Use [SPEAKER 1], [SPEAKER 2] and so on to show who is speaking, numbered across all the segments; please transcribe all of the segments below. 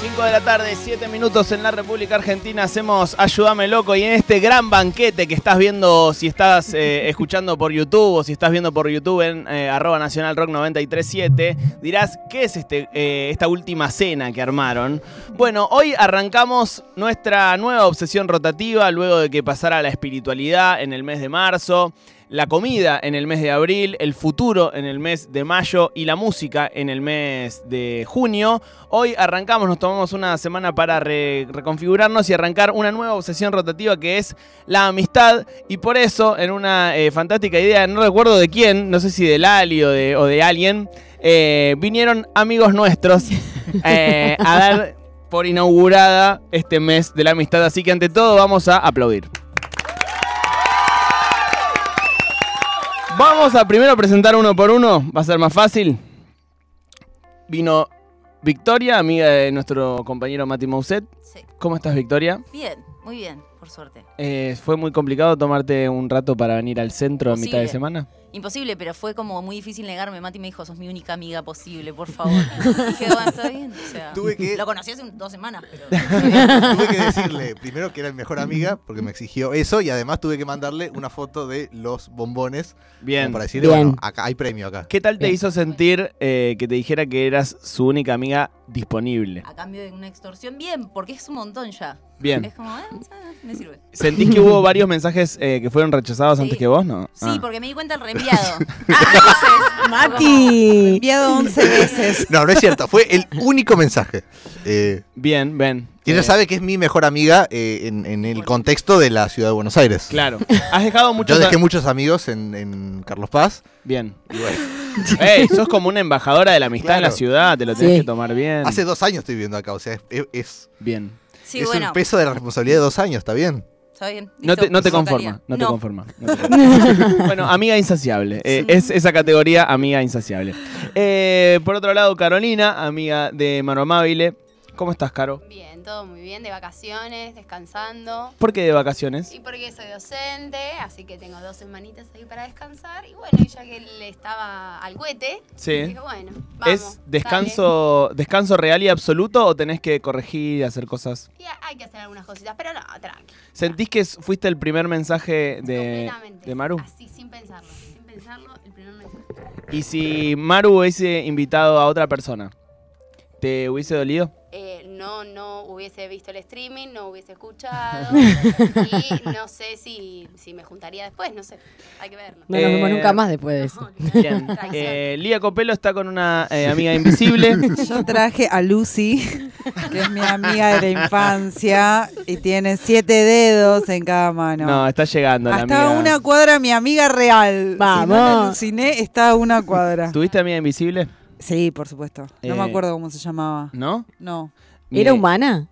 [SPEAKER 1] 5 de la tarde, 7 minutos en la República Argentina. Hacemos Ayúdame Loco y en este gran banquete que estás viendo, si estás eh, escuchando por YouTube o si estás viendo por YouTube en eh, arroba Nacional Rock 937, dirás, ¿qué es este, eh, esta última cena que armaron? Bueno, hoy arrancamos nuestra nueva obsesión rotativa luego de que pasara la espiritualidad en el mes de marzo la comida en el mes de abril, el futuro en el mes de mayo y la música en el mes de junio. Hoy arrancamos, nos tomamos una semana para re- reconfigurarnos y arrancar una nueva obsesión rotativa que es la amistad. Y por eso, en una eh, fantástica idea, no recuerdo de quién, no sé si de Lali o de, o de alguien, eh, vinieron amigos nuestros eh, a dar por inaugurada este mes de la amistad. Así que ante todo vamos a aplaudir. Vamos a primero presentar uno por uno, va a ser más fácil. Vino Victoria, amiga de nuestro compañero Mati Mousset.
[SPEAKER 2] Sí.
[SPEAKER 1] ¿Cómo estás, Victoria?
[SPEAKER 2] Bien, muy bien, por suerte.
[SPEAKER 1] Eh, ¿Fue muy complicado tomarte un rato para venir al centro a mitad de
[SPEAKER 2] Posible.
[SPEAKER 1] semana?
[SPEAKER 2] Imposible, pero fue como muy difícil negarme. Mati me dijo, sos mi única amiga posible, por favor. dije, bueno, está bien. O sea,
[SPEAKER 3] Tuve que-
[SPEAKER 2] Lo conocí hace un- dos semanas, pero...
[SPEAKER 3] Tuve que decirle primero que era mi mejor amiga porque me exigió eso y además tuve que mandarle una foto de los bombones
[SPEAKER 1] Bien.
[SPEAKER 3] como para decirle,
[SPEAKER 4] Bien.
[SPEAKER 3] bueno, acá hay premio acá.
[SPEAKER 1] ¿Qué tal te hizo sentir eh, que te dijera que eras su única amiga disponible?
[SPEAKER 2] A cambio de una extorsión, bien, porque es un montón ya.
[SPEAKER 1] Bien.
[SPEAKER 2] Es como, eh, eh, me sirve.
[SPEAKER 1] ¿Sentís que hubo varios mensajes eh, que fueron rechazados
[SPEAKER 2] Sí.
[SPEAKER 1] antes que vos, no?
[SPEAKER 2] Sí,
[SPEAKER 1] Ah.
[SPEAKER 2] porque me di cuenta el reenviado. Entonces,
[SPEAKER 4] Mati.
[SPEAKER 5] Enviado 11 veces.
[SPEAKER 3] No, no es cierto, fue el único mensaje. Eh,
[SPEAKER 1] Bien, ven.
[SPEAKER 3] y
[SPEAKER 1] Eh,
[SPEAKER 3] ella sabe que es mi mejor amiga eh, en, en el
[SPEAKER 2] Bueno.
[SPEAKER 3] contexto de la ciudad de Buenos Aires.
[SPEAKER 1] Claro. Has dejado muchos...
[SPEAKER 3] Yo dejé muchos amigos en, en Carlos Paz.
[SPEAKER 1] Bien.
[SPEAKER 3] Y bueno,
[SPEAKER 1] Ey, sos como una embajadora de la amistad en la
[SPEAKER 3] Claro.
[SPEAKER 1] ciudad, te lo tenés
[SPEAKER 4] Sí.
[SPEAKER 1] que tomar bien.
[SPEAKER 3] hace dos años estoy viviendo acá, o sea, es, es-
[SPEAKER 1] Bien.
[SPEAKER 2] como, sí,
[SPEAKER 3] es
[SPEAKER 2] bueno,
[SPEAKER 3] el peso de la responsabilidad de dos años, ¿está bien?
[SPEAKER 2] está bien.
[SPEAKER 1] No te,
[SPEAKER 2] listo,
[SPEAKER 1] no te conforma,
[SPEAKER 2] tocaría.
[SPEAKER 1] no, te conforma. no te conforma. bueno, amiga insaciable. eh, es esa categoría, amiga insaciable. Eh, por otro lado, Carolina, amiga de Mano Amabile. ¿Cómo estás, Caro?
[SPEAKER 6] Bien, todo muy bien, de vacaciones, descansando.
[SPEAKER 1] ¿Por qué de vacaciones?
[SPEAKER 6] Y porque soy docente, así que tengo dos semanitas ahí para descansar. Y bueno, y ya que le estaba al cohete,
[SPEAKER 1] Sí.
[SPEAKER 6] dije, bueno, vamos.
[SPEAKER 1] ¿Es descanso, descanso real y absoluto o tenés que corregir y hacer cosas?
[SPEAKER 6] dale. Y hay que hacer algunas cositas, pero no, tranqui.
[SPEAKER 1] ¿Sentís que fuiste el primer mensaje de,
[SPEAKER 6] Completamente.
[SPEAKER 1] de Maru?
[SPEAKER 6] Así, sin pensarlo. Sin pensarlo, el primer mensaje.
[SPEAKER 1] ¿Y si Maru hubiese invitado a otra persona? ¿Te hubiese dolido?
[SPEAKER 6] Eh, no, no hubiese visto el streaming, no hubiese escuchado. y no sé si, si me juntaría después, no sé. Hay que verlo.
[SPEAKER 4] No nos vemos
[SPEAKER 1] Eh,
[SPEAKER 4] nunca más después de eso.
[SPEAKER 1] Bien. Eh, Lía Copelo está con una eh, amiga invisible.
[SPEAKER 5] Yo traje a Lucy, que es mi amiga de la infancia, y tiene siete dedos en cada mano.
[SPEAKER 1] No, está llegando la
[SPEAKER 5] Hasta
[SPEAKER 1] amiga.
[SPEAKER 5] una cuadra mi amiga real. Si no la
[SPEAKER 4] Vamos.
[SPEAKER 5] aluciné, está a una cuadra.
[SPEAKER 1] ¿Tuviste amiga invisible?
[SPEAKER 5] Sí, por supuesto. No me
[SPEAKER 1] Eh,
[SPEAKER 5] acuerdo cómo se llamaba.
[SPEAKER 1] ¿No?
[SPEAKER 5] No.
[SPEAKER 1] Mire,
[SPEAKER 4] ¿Era humana?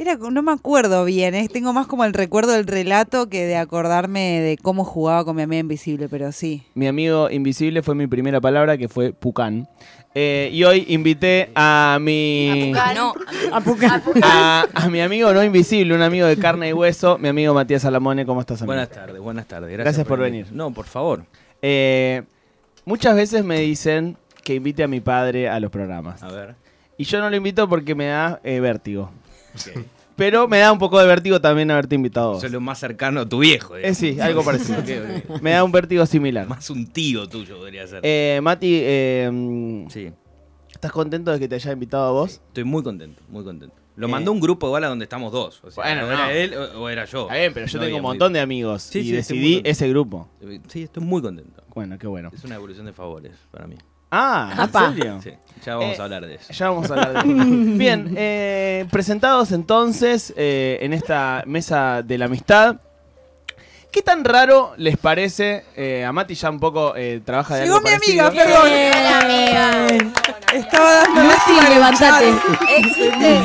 [SPEAKER 5] Era, no me acuerdo bien, eh. tengo más como el recuerdo del relato que de acordarme de cómo jugaba con mi amiga invisible, pero sí.
[SPEAKER 1] Mi amigo invisible fue mi primera palabra, que fue Pucán. Eh, y hoy invité a mi.
[SPEAKER 6] A Pucán.
[SPEAKER 2] No,
[SPEAKER 1] A, a mi amigo no invisible, un amigo de carne y hueso, mi amigo Matías Salamone. ¿Cómo estás, amigo?
[SPEAKER 7] Buenas tardes, buenas tardes. Gracias,
[SPEAKER 1] Gracias por venir.
[SPEAKER 7] No, por favor.
[SPEAKER 1] Eh, muchas veces me dicen que invite a mi padre a los programas.
[SPEAKER 7] A ver.
[SPEAKER 1] Y yo no lo invito porque me da eh, vértigo. Pero me da un poco de vértigo también haberte invitado. a vos.
[SPEAKER 7] Soy lo más cercano a tu viejo.
[SPEAKER 1] Eh, sí, algo parecido.
[SPEAKER 7] Ok, ok.
[SPEAKER 1] Me da un vértigo similar.
[SPEAKER 7] Más un tío tuyo podría ser.
[SPEAKER 1] Eh, Mati, eh, mm,
[SPEAKER 7] Sí,
[SPEAKER 1] ¿estás contento de que te haya invitado a vos?
[SPEAKER 7] estoy muy contento, muy contento. Lo
[SPEAKER 1] Eh.
[SPEAKER 7] mandó un grupo igual a donde estamos dos. O sea,
[SPEAKER 1] Bueno,
[SPEAKER 7] o
[SPEAKER 1] no.
[SPEAKER 7] era él o, o era yo.
[SPEAKER 1] Está bien, pero yo
[SPEAKER 7] No
[SPEAKER 1] tengo un
[SPEAKER 7] había
[SPEAKER 1] montón de amigos
[SPEAKER 7] Sí,
[SPEAKER 1] y
[SPEAKER 7] sí, estoy muy
[SPEAKER 1] decidí
[SPEAKER 7] contento.
[SPEAKER 1] ese grupo.
[SPEAKER 7] muy- Sí, estoy muy contento.
[SPEAKER 1] Bueno, qué bueno.
[SPEAKER 7] Es una evolución de favores para mí.
[SPEAKER 1] Ah, ¿en
[SPEAKER 4] Apa.
[SPEAKER 1] serio?
[SPEAKER 7] Sí, ya vamos
[SPEAKER 1] Eh,
[SPEAKER 7] a hablar de eso.
[SPEAKER 1] Ya vamos a hablar de eso. Bien, eh, presentados entonces eh, en esta mesa de la amistad. ¿Qué tan raro les parece? eh, a Mati ya un poco eh, trabaja de
[SPEAKER 5] Llegó
[SPEAKER 1] algo
[SPEAKER 5] mi
[SPEAKER 1] parecido.
[SPEAKER 5] amiga, perdón. Estaba dando
[SPEAKER 4] Lucy,
[SPEAKER 5] lástima en el
[SPEAKER 4] levantate.
[SPEAKER 5] chat.
[SPEAKER 2] existe.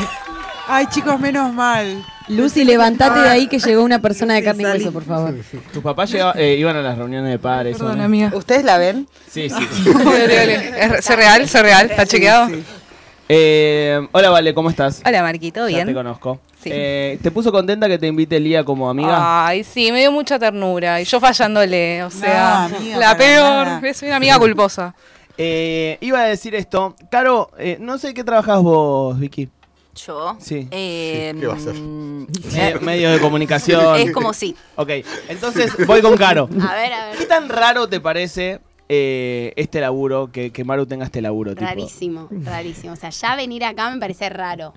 [SPEAKER 5] Ay, chicos, menos mal.
[SPEAKER 4] Lucy, levantate de ahí que llegó una persona de carne y hueso, por favor.
[SPEAKER 1] Tus papás llegaba- eh, iban a las reuniones de padres. ¿o
[SPEAKER 8] Perdón,
[SPEAKER 1] no?
[SPEAKER 8] amiga.
[SPEAKER 5] ¿Ustedes la ven?
[SPEAKER 1] Sí, sí.
[SPEAKER 8] ¿Es real? ¿Es real? ¿Está chequeado?
[SPEAKER 1] Eh, hola, Vale, ¿cómo estás?
[SPEAKER 8] Hola, Marquito,
[SPEAKER 1] Ya te
[SPEAKER 8] ¿bien?
[SPEAKER 1] conozco.
[SPEAKER 8] Sí.
[SPEAKER 1] Eh, ¿Te puso contenta que te invite Lía como
[SPEAKER 5] Ah.
[SPEAKER 1] amiga?
[SPEAKER 8] Ay, sí, me dio mucha ternura. Y yo fallándole, o sea,
[SPEAKER 5] amiga,
[SPEAKER 8] la
[SPEAKER 5] para
[SPEAKER 8] peor.
[SPEAKER 5] nada.
[SPEAKER 8] Es una amiga culposa.
[SPEAKER 1] Eh, iba a decir esto. Caro, eh, no sé qué trabajas vos, Vicky.
[SPEAKER 2] Yo.
[SPEAKER 1] Sí.
[SPEAKER 2] eh,
[SPEAKER 3] Sí, ¿qué va a hacer?
[SPEAKER 2] mm,
[SPEAKER 1] Medio-
[SPEAKER 2] eh,
[SPEAKER 1] medios de comunicación.
[SPEAKER 2] es como sí.
[SPEAKER 1] Ok, entonces voy con Caro.
[SPEAKER 6] A ver, a
[SPEAKER 1] ¿Qué
[SPEAKER 6] ver.
[SPEAKER 1] tan raro te parece eh, este laburo, que, que Maru tenga este laburo? tipo?
[SPEAKER 6] Rarísimo, rarísimo. O sea, ya venir acá me parece raro.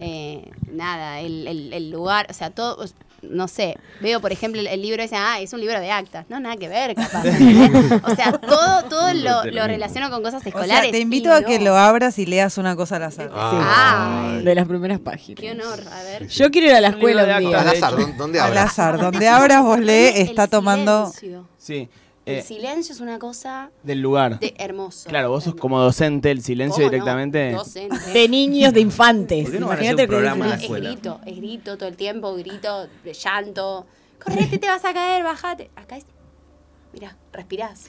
[SPEAKER 6] Eh, nada, el, el- el lugar, o sea, todo, os- no sé, veo por ejemplo el, el libro ese, ah, es un libro de actas, no, nada que ver, capaz. ¿entendés? o sea, todo, todo lo, lo relaciono con cosas
[SPEAKER 5] O
[SPEAKER 6] escolares.
[SPEAKER 5] sea, te invito
[SPEAKER 6] y
[SPEAKER 5] a que
[SPEAKER 6] no.
[SPEAKER 5] lo abras y leas una cosa al azar.
[SPEAKER 7] Ah,
[SPEAKER 1] Ah.
[SPEAKER 6] Ay,
[SPEAKER 4] De las primeras páginas.
[SPEAKER 6] qué honor, a ver.
[SPEAKER 4] Yo quiero ir a la
[SPEAKER 1] Un libro de
[SPEAKER 4] escuela un
[SPEAKER 1] actas.
[SPEAKER 4] día.
[SPEAKER 3] Al azar, ¿dó- ¿dónde
[SPEAKER 5] Al
[SPEAKER 3] hablas?
[SPEAKER 5] azar,
[SPEAKER 6] Aparte,
[SPEAKER 5] donde abras vos lees,
[SPEAKER 6] el
[SPEAKER 5] está tomando...
[SPEAKER 6] silencio.
[SPEAKER 1] Sí, eh,
[SPEAKER 6] El silencio es una cosa
[SPEAKER 1] del lugar.
[SPEAKER 6] de hermoso.
[SPEAKER 1] Claro, vos sos como docente, el silencio
[SPEAKER 6] ¿Cómo no?
[SPEAKER 1] directamente.
[SPEAKER 6] Docente.
[SPEAKER 9] De niños, de infantes.
[SPEAKER 7] ¿Por qué no van a hacer
[SPEAKER 9] Imagínate
[SPEAKER 7] un
[SPEAKER 9] lo
[SPEAKER 7] programa en
[SPEAKER 9] que
[SPEAKER 7] la
[SPEAKER 6] Es
[SPEAKER 7] escuela?
[SPEAKER 6] grito, es grito todo el tiempo, grito, llanto. Correte, te vas a caer, bajate. Acá es. Mira, respirás.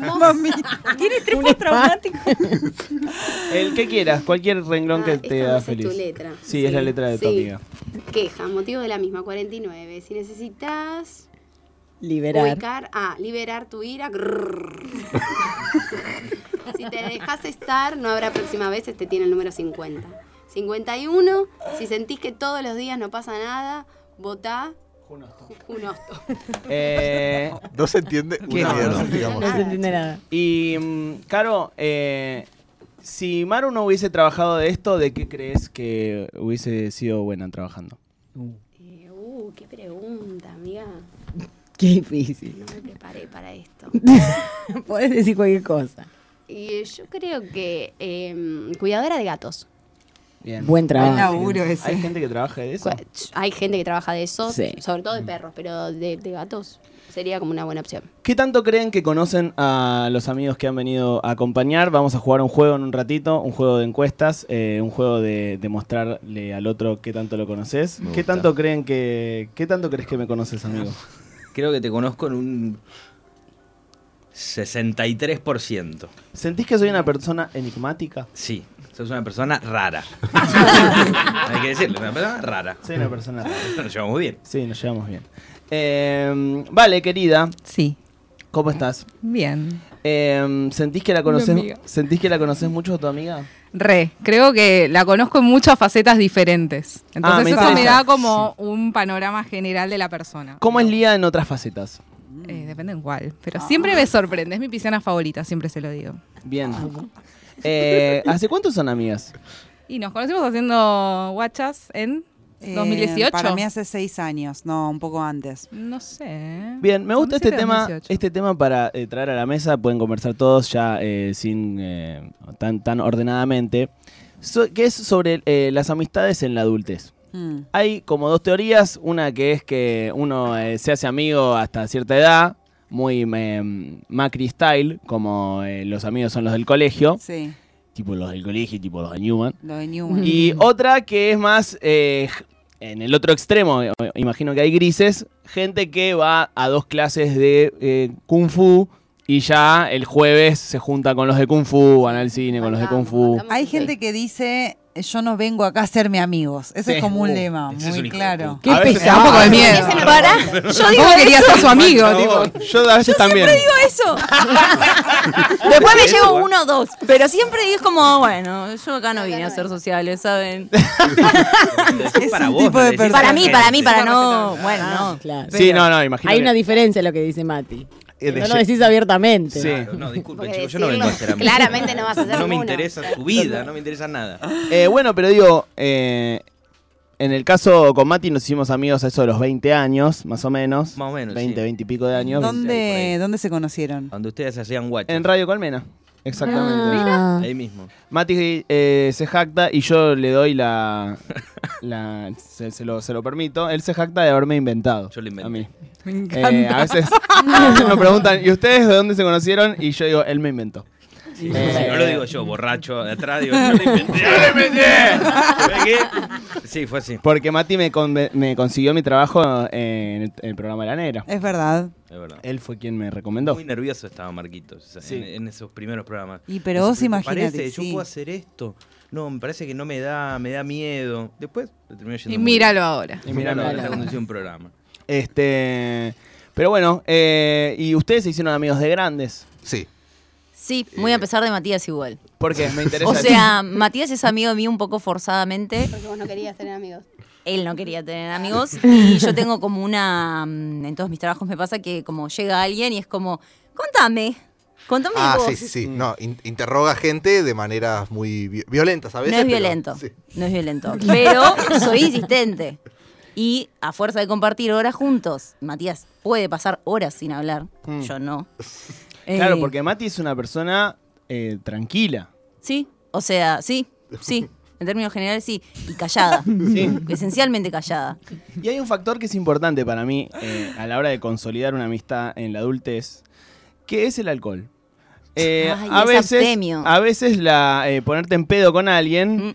[SPEAKER 6] Mami, tiene tres
[SPEAKER 9] Un spa.
[SPEAKER 1] El que quieras, cualquier
[SPEAKER 6] Ah,
[SPEAKER 1] renglón que te da feliz.
[SPEAKER 6] Es tu letra.
[SPEAKER 1] Sí, es la letra de tu
[SPEAKER 6] sí.
[SPEAKER 1] amiga.
[SPEAKER 6] Queja, motivo de la misma, 49. Si necesitas
[SPEAKER 9] Liberar.
[SPEAKER 6] ubicar, ah, liberar tu ira. grrr. si te dejas estar, no habrá próxima vez, este tiene el número 50. 51, si sentís que todos los días no pasa nada, votá Junosto.
[SPEAKER 1] Eh,
[SPEAKER 3] No se entiende
[SPEAKER 1] ¿Qué?
[SPEAKER 3] una
[SPEAKER 1] No,
[SPEAKER 3] mierda,
[SPEAKER 1] no.
[SPEAKER 3] digamos.
[SPEAKER 9] No se entiende nada.
[SPEAKER 1] y, mm, Caro, eh, si Maru no hubiese trabajado de esto, ¿de qué crees que hubiese sido buena trabajando?
[SPEAKER 6] Eh, uh, qué pregunta, amiga.
[SPEAKER 9] Qué difícil.
[SPEAKER 6] No me preparé para esto.
[SPEAKER 9] Podés decir cualquier cosa.
[SPEAKER 6] Y eh, yo creo que em, cuidadora de gatos.
[SPEAKER 1] Bien.
[SPEAKER 9] Buen
[SPEAKER 5] Buen
[SPEAKER 9] trabajo.
[SPEAKER 5] laburo
[SPEAKER 1] Hay
[SPEAKER 5] ese.
[SPEAKER 1] gente que trabaja de eso.
[SPEAKER 6] Cua- ch- Hay gente que trabaja de eso,
[SPEAKER 9] Sí.
[SPEAKER 6] sobre todo de perros, pero de, de gatos sería como una buena opción.
[SPEAKER 1] ¿Qué tanto creen que conocen a los amigos que han venido a acompañar? Vamos a jugar un juego en un ratito, un juego de encuestas, eh, un juego de, de mostrarle al otro qué tanto lo conoces.
[SPEAKER 7] Me
[SPEAKER 1] ¿Qué
[SPEAKER 7] gusta.
[SPEAKER 1] tanto creen que qué tanto crees que me conoces, amigo?
[SPEAKER 7] Creo que te conozco en un 63%.
[SPEAKER 1] ¿Sentís que soy una persona enigmática?
[SPEAKER 7] Sí, sos una persona rara. Hay que decirlo, una persona rara.
[SPEAKER 1] Soy una persona. rara.
[SPEAKER 7] Nos llevamos bien.
[SPEAKER 1] Sí, nos llevamos bien. Eh, vale, querida,
[SPEAKER 5] Sí,
[SPEAKER 1] ¿cómo estás?
[SPEAKER 5] bien.
[SPEAKER 1] Eh, ¿Sentís que la conoces? ¿Sentís que la conoces mucho a tu amiga?
[SPEAKER 8] Re, creo que la conozco en muchas facetas diferentes.
[SPEAKER 1] Ah, me
[SPEAKER 8] Entonces eso me
[SPEAKER 1] interesa.
[SPEAKER 8] da como un panorama general de la persona.
[SPEAKER 1] ¿Cómo es Lía en otras facetas?
[SPEAKER 8] Eh, depende en cuál. Pero siempre me sorprende. Es mi pisciana favorita, siempre se lo digo.
[SPEAKER 1] Bien. Eh, ¿Hace cuánto son amigas?
[SPEAKER 8] Y nos conocimos haciendo guachas en
[SPEAKER 5] Eh,
[SPEAKER 8] 2018.
[SPEAKER 5] para mí hace seis años, no, un poco antes.
[SPEAKER 8] No sé.
[SPEAKER 1] Bien, me gusta este
[SPEAKER 8] 2017,
[SPEAKER 1] tema,
[SPEAKER 8] 2018.
[SPEAKER 1] este tema para eh, traer a la mesa, pueden conversar todos ya eh, sin eh, tan, tan ordenadamente, So- que es sobre eh, las amistades en la adultez.
[SPEAKER 5] Mm.
[SPEAKER 1] Hay como dos teorías, una que es que uno eh, se hace amigo hasta cierta edad, muy eh, Macri style, como eh, los amigos son los del colegio,
[SPEAKER 5] Sí,
[SPEAKER 1] tipo los del colegio, tipo los de Newman.
[SPEAKER 5] lo de Newman.
[SPEAKER 7] Mm.
[SPEAKER 1] Y otra que es más eh, en el otro extremo, eh, imagino que hay grises, gente que va a dos clases de eh, kung fu y ya el jueves se junta con los de kung fu, van al cine con los de kung fu.
[SPEAKER 5] Hay gente que dice, yo no vengo acá a hacerme amigos. Ese
[SPEAKER 1] Sí.
[SPEAKER 5] es como un
[SPEAKER 1] Uh,
[SPEAKER 5] lema,
[SPEAKER 7] ese es un
[SPEAKER 5] muy
[SPEAKER 7] hijo de
[SPEAKER 5] claro.
[SPEAKER 8] Qué
[SPEAKER 1] A veces-
[SPEAKER 8] pesado, un poco de miedo.
[SPEAKER 2] Pará, yo digo
[SPEAKER 8] Vos querías ser su amigo,
[SPEAKER 1] Por
[SPEAKER 8] tipo.
[SPEAKER 1] favor, Yo a veces también.
[SPEAKER 2] eso. Después me
[SPEAKER 7] Eso,
[SPEAKER 2] llevo
[SPEAKER 7] ¿eh?
[SPEAKER 2] uno o dos. Pero siempre es como, "Ah, bueno, yo acá no vine a ser sociales, ¿saben?
[SPEAKER 7] Es para
[SPEAKER 5] un
[SPEAKER 7] vos,
[SPEAKER 5] tipo
[SPEAKER 7] no
[SPEAKER 5] de
[SPEAKER 7] decís
[SPEAKER 5] persona.
[SPEAKER 2] Para mí, para mí, para no.
[SPEAKER 8] Perfectamente.
[SPEAKER 2] Bueno, no.
[SPEAKER 9] Ah, Claro.
[SPEAKER 1] Sí, no, no, imagino.
[SPEAKER 9] Hay
[SPEAKER 1] que-
[SPEAKER 9] una diferencia en lo que dice
[SPEAKER 1] Eh,
[SPEAKER 9] Mati. Que
[SPEAKER 1] de
[SPEAKER 9] No lo
[SPEAKER 1] ye-
[SPEAKER 9] decís abiertamente.
[SPEAKER 1] Sí.
[SPEAKER 7] Claro, no, disculpen,
[SPEAKER 6] Porque
[SPEAKER 7] chicos, yo no vengo a
[SPEAKER 6] decirlo,
[SPEAKER 7] ser amigo.
[SPEAKER 6] claramente no vas a ser
[SPEAKER 7] No me
[SPEAKER 6] ninguno.
[SPEAKER 7] interesa su vida, no me interesa nada.
[SPEAKER 1] Eh, bueno, pero digo, eh, en el caso con Mati nos hicimos amigos a eso de los 20 años, más o menos.
[SPEAKER 7] Más o menos,
[SPEAKER 1] 20,
[SPEAKER 7] sí.
[SPEAKER 1] 20 y pico de años.
[SPEAKER 7] por
[SPEAKER 5] ¿Dónde,
[SPEAKER 7] ahí.
[SPEAKER 5] ¿Dónde se conocieron?
[SPEAKER 7] Cuando ustedes hacían guachas.
[SPEAKER 1] En Radio Colmena. Exactamente.
[SPEAKER 9] Ah.
[SPEAKER 7] Ahí mismo.
[SPEAKER 1] Mati eh, se jacta y yo le doy la. la- se, se lo, se lo permito. Él se jacta de haberme inventado.
[SPEAKER 7] Yo lo inventé.
[SPEAKER 1] A mí. Eh, a, veces, nos preguntan, ¿y ustedes de dónde se conocieron? Y yo digo, él me inventó.
[SPEAKER 7] Sí,
[SPEAKER 1] Eh.
[SPEAKER 7] sí, no lo digo yo, borracho, de atrás digo, yo lo inventé, yo lo inventé. ¿Fue qué? Sí, fue así.
[SPEAKER 1] Porque Mati me, conve- me consiguió mi trabajo en el, en el programa La Negra.
[SPEAKER 5] Es verdad.
[SPEAKER 7] Es verdad.
[SPEAKER 1] Él fue quien me recomendó.
[SPEAKER 7] Muy nervioso estaba Marquitos o sea,
[SPEAKER 1] Sí.
[SPEAKER 7] en, en esos primeros programas.
[SPEAKER 5] Y pero
[SPEAKER 7] Dice,
[SPEAKER 5] vos
[SPEAKER 7] me parece,
[SPEAKER 5] imagínate,
[SPEAKER 7] yo
[SPEAKER 5] sí.
[SPEAKER 7] puedo hacer esto. No, me parece que no me da, me da miedo. Después lo terminó yendo
[SPEAKER 8] Y
[SPEAKER 7] muy
[SPEAKER 8] míralo ahora.
[SPEAKER 1] Y
[SPEAKER 7] bien.
[SPEAKER 1] míralo
[SPEAKER 7] Míralo,
[SPEAKER 1] ahora.
[SPEAKER 7] está conduciendo un programa.
[SPEAKER 1] Este. Pero bueno, eh, y ustedes se hicieron amigos de grandes.
[SPEAKER 3] Sí.
[SPEAKER 2] Sí, muy a pesar de Matías igual.
[SPEAKER 1] Porque me interesa.
[SPEAKER 2] O sea, Matías es amigo mío un poco forzadamente.
[SPEAKER 6] Porque vos no querías tener amigos.
[SPEAKER 2] Él no quería tener amigos y yo tengo como una... mm, En todos mis trabajos me pasa que como llega alguien y es como, contame, contame
[SPEAKER 3] Ah,
[SPEAKER 2] vos.
[SPEAKER 3] sí, sí,
[SPEAKER 1] Mm.
[SPEAKER 3] sí. No, in- interroga gente de maneras muy vi- violentas a veces.
[SPEAKER 2] No es
[SPEAKER 3] pero-
[SPEAKER 2] violento,
[SPEAKER 3] sí.
[SPEAKER 2] no es violento, pero soy insistente. Y a fuerza de compartir horas juntos, Matías puede pasar horas sin hablar, yo no.
[SPEAKER 1] Claro,
[SPEAKER 2] Eh,
[SPEAKER 1] porque Mati es una persona eh, tranquila.
[SPEAKER 2] Sí, o sea, sí, sí. En términos generales, sí. Y callada. Esencialmente callada.
[SPEAKER 1] Y hay un factor que es importante para mí eh, a la hora de consolidar una amistad en la adultez, que es el alcohol. Eh,
[SPEAKER 2] Ay,
[SPEAKER 1] a,
[SPEAKER 2] es
[SPEAKER 1] veces,
[SPEAKER 2] abstemio.
[SPEAKER 1] a veces la, eh, ponerte en pedo con alguien
[SPEAKER 2] Mm.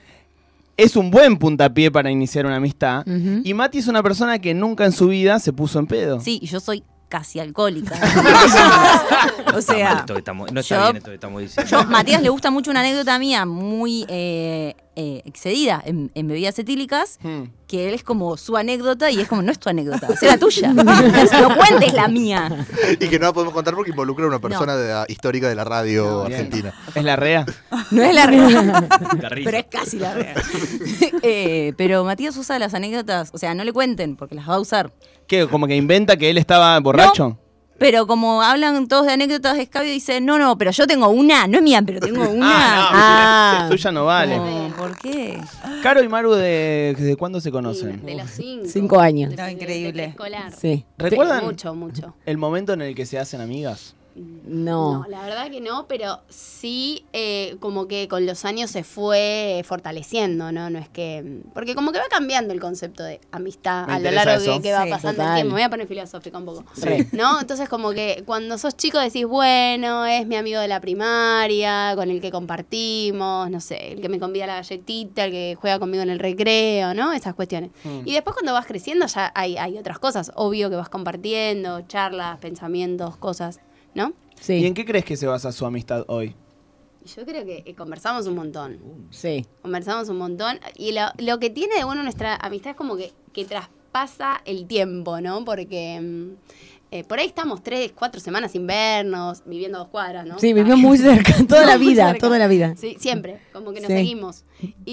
[SPEAKER 1] es un buen puntapié para iniciar una amistad.
[SPEAKER 2] Mm.
[SPEAKER 9] Ujú.
[SPEAKER 1] Y Mati es una persona que nunca en su vida se puso en pedo.
[SPEAKER 2] Sí, y yo soy casi alcohólica. o
[SPEAKER 7] Está mal
[SPEAKER 2] sea,
[SPEAKER 7] esto que estamos- no está
[SPEAKER 2] yo-
[SPEAKER 7] bien esto que estamos diciendo.
[SPEAKER 2] yo, Matías le gusta mucho una anécdota mía muy eh, eh, excedida en, en bebidas etílicas,
[SPEAKER 1] Mm.
[SPEAKER 2] que él es como su anécdota y es como, no es tu anécdota, es la tuya. no cuentes la mía.
[SPEAKER 3] Y que no la podemos contar porque involucra a una persona de la- histórica de la radio
[SPEAKER 2] No,
[SPEAKER 1] bien.
[SPEAKER 3] Oh, argentina.
[SPEAKER 1] Es la rea.
[SPEAKER 2] No es la realidad.
[SPEAKER 7] Carrizo.
[SPEAKER 2] Pero es casi la real. Eh, pero Matías usa las anécdotas, o sea, no le cuenten porque las va a usar.
[SPEAKER 1] ¿Qué? ¿Como que inventa que él estaba borracho?
[SPEAKER 2] Pero como hablan todos de anécdotas de escabio, dice, no, no, pero yo tengo una, no es mía, pero tengo una.
[SPEAKER 1] Ah,
[SPEAKER 9] Ah.
[SPEAKER 1] no, tuya no vale.
[SPEAKER 2] Como, ¿Por qué?
[SPEAKER 1] Caro y Maru, ¿de, de cuándo se conocen?
[SPEAKER 6] De los cinco.
[SPEAKER 9] Cinco años.
[SPEAKER 5] No, increíble.
[SPEAKER 6] Escolar.
[SPEAKER 9] Sí.
[SPEAKER 1] ¿Recuerdan
[SPEAKER 6] Mucho, mucho.
[SPEAKER 1] el momento en el que se hacen amigas?
[SPEAKER 9] No.
[SPEAKER 6] la verdad que no, pero sí, eh, como que con los años se fue fortaleciendo, ¿no? No es que. Porque como que va cambiando el concepto de amistad
[SPEAKER 1] Me
[SPEAKER 6] a lo
[SPEAKER 1] interesa
[SPEAKER 6] largo
[SPEAKER 1] eso.
[SPEAKER 6] que, que va
[SPEAKER 5] Sí,
[SPEAKER 6] pasando
[SPEAKER 9] total.
[SPEAKER 6] el tiempo. Me voy a poner filosófica un poco.
[SPEAKER 9] Re.
[SPEAKER 6] ¿No? Entonces, como que cuando sos chico decís, bueno, es mi amigo de la primaria, con el que compartimos, no sé, el que me convida a la galletita, el que juega conmigo en el recreo, ¿no? Esas cuestiones.
[SPEAKER 1] Mm.
[SPEAKER 6] Y después cuando vas creciendo ya hay, hay otras cosas, obvio que vas compartiendo, charlas, pensamientos, cosas, ¿no?
[SPEAKER 1] ¿Y en
[SPEAKER 9] Sí.
[SPEAKER 1] qué crees que se basa su amistad hoy?
[SPEAKER 6] Y Yo creo que eh, conversamos un
[SPEAKER 1] Uh.
[SPEAKER 6] montón,
[SPEAKER 9] Sí.
[SPEAKER 6] conversamos un montón. Y lo, lo que tiene de bueno nuestra amistad es como que, que traspasa el tiempo, ¿no? Porque... mm, eh, por ahí estamos tres, cuatro semanas sin vernos, viviendo a dos cuadras, ¿no?
[SPEAKER 9] Sí, vivió muy cerca, toda la
[SPEAKER 6] Muy
[SPEAKER 9] vida,
[SPEAKER 6] cerca.
[SPEAKER 9] toda la vida.
[SPEAKER 6] Sí, siempre, como que nos
[SPEAKER 9] Sí.
[SPEAKER 6] seguimos.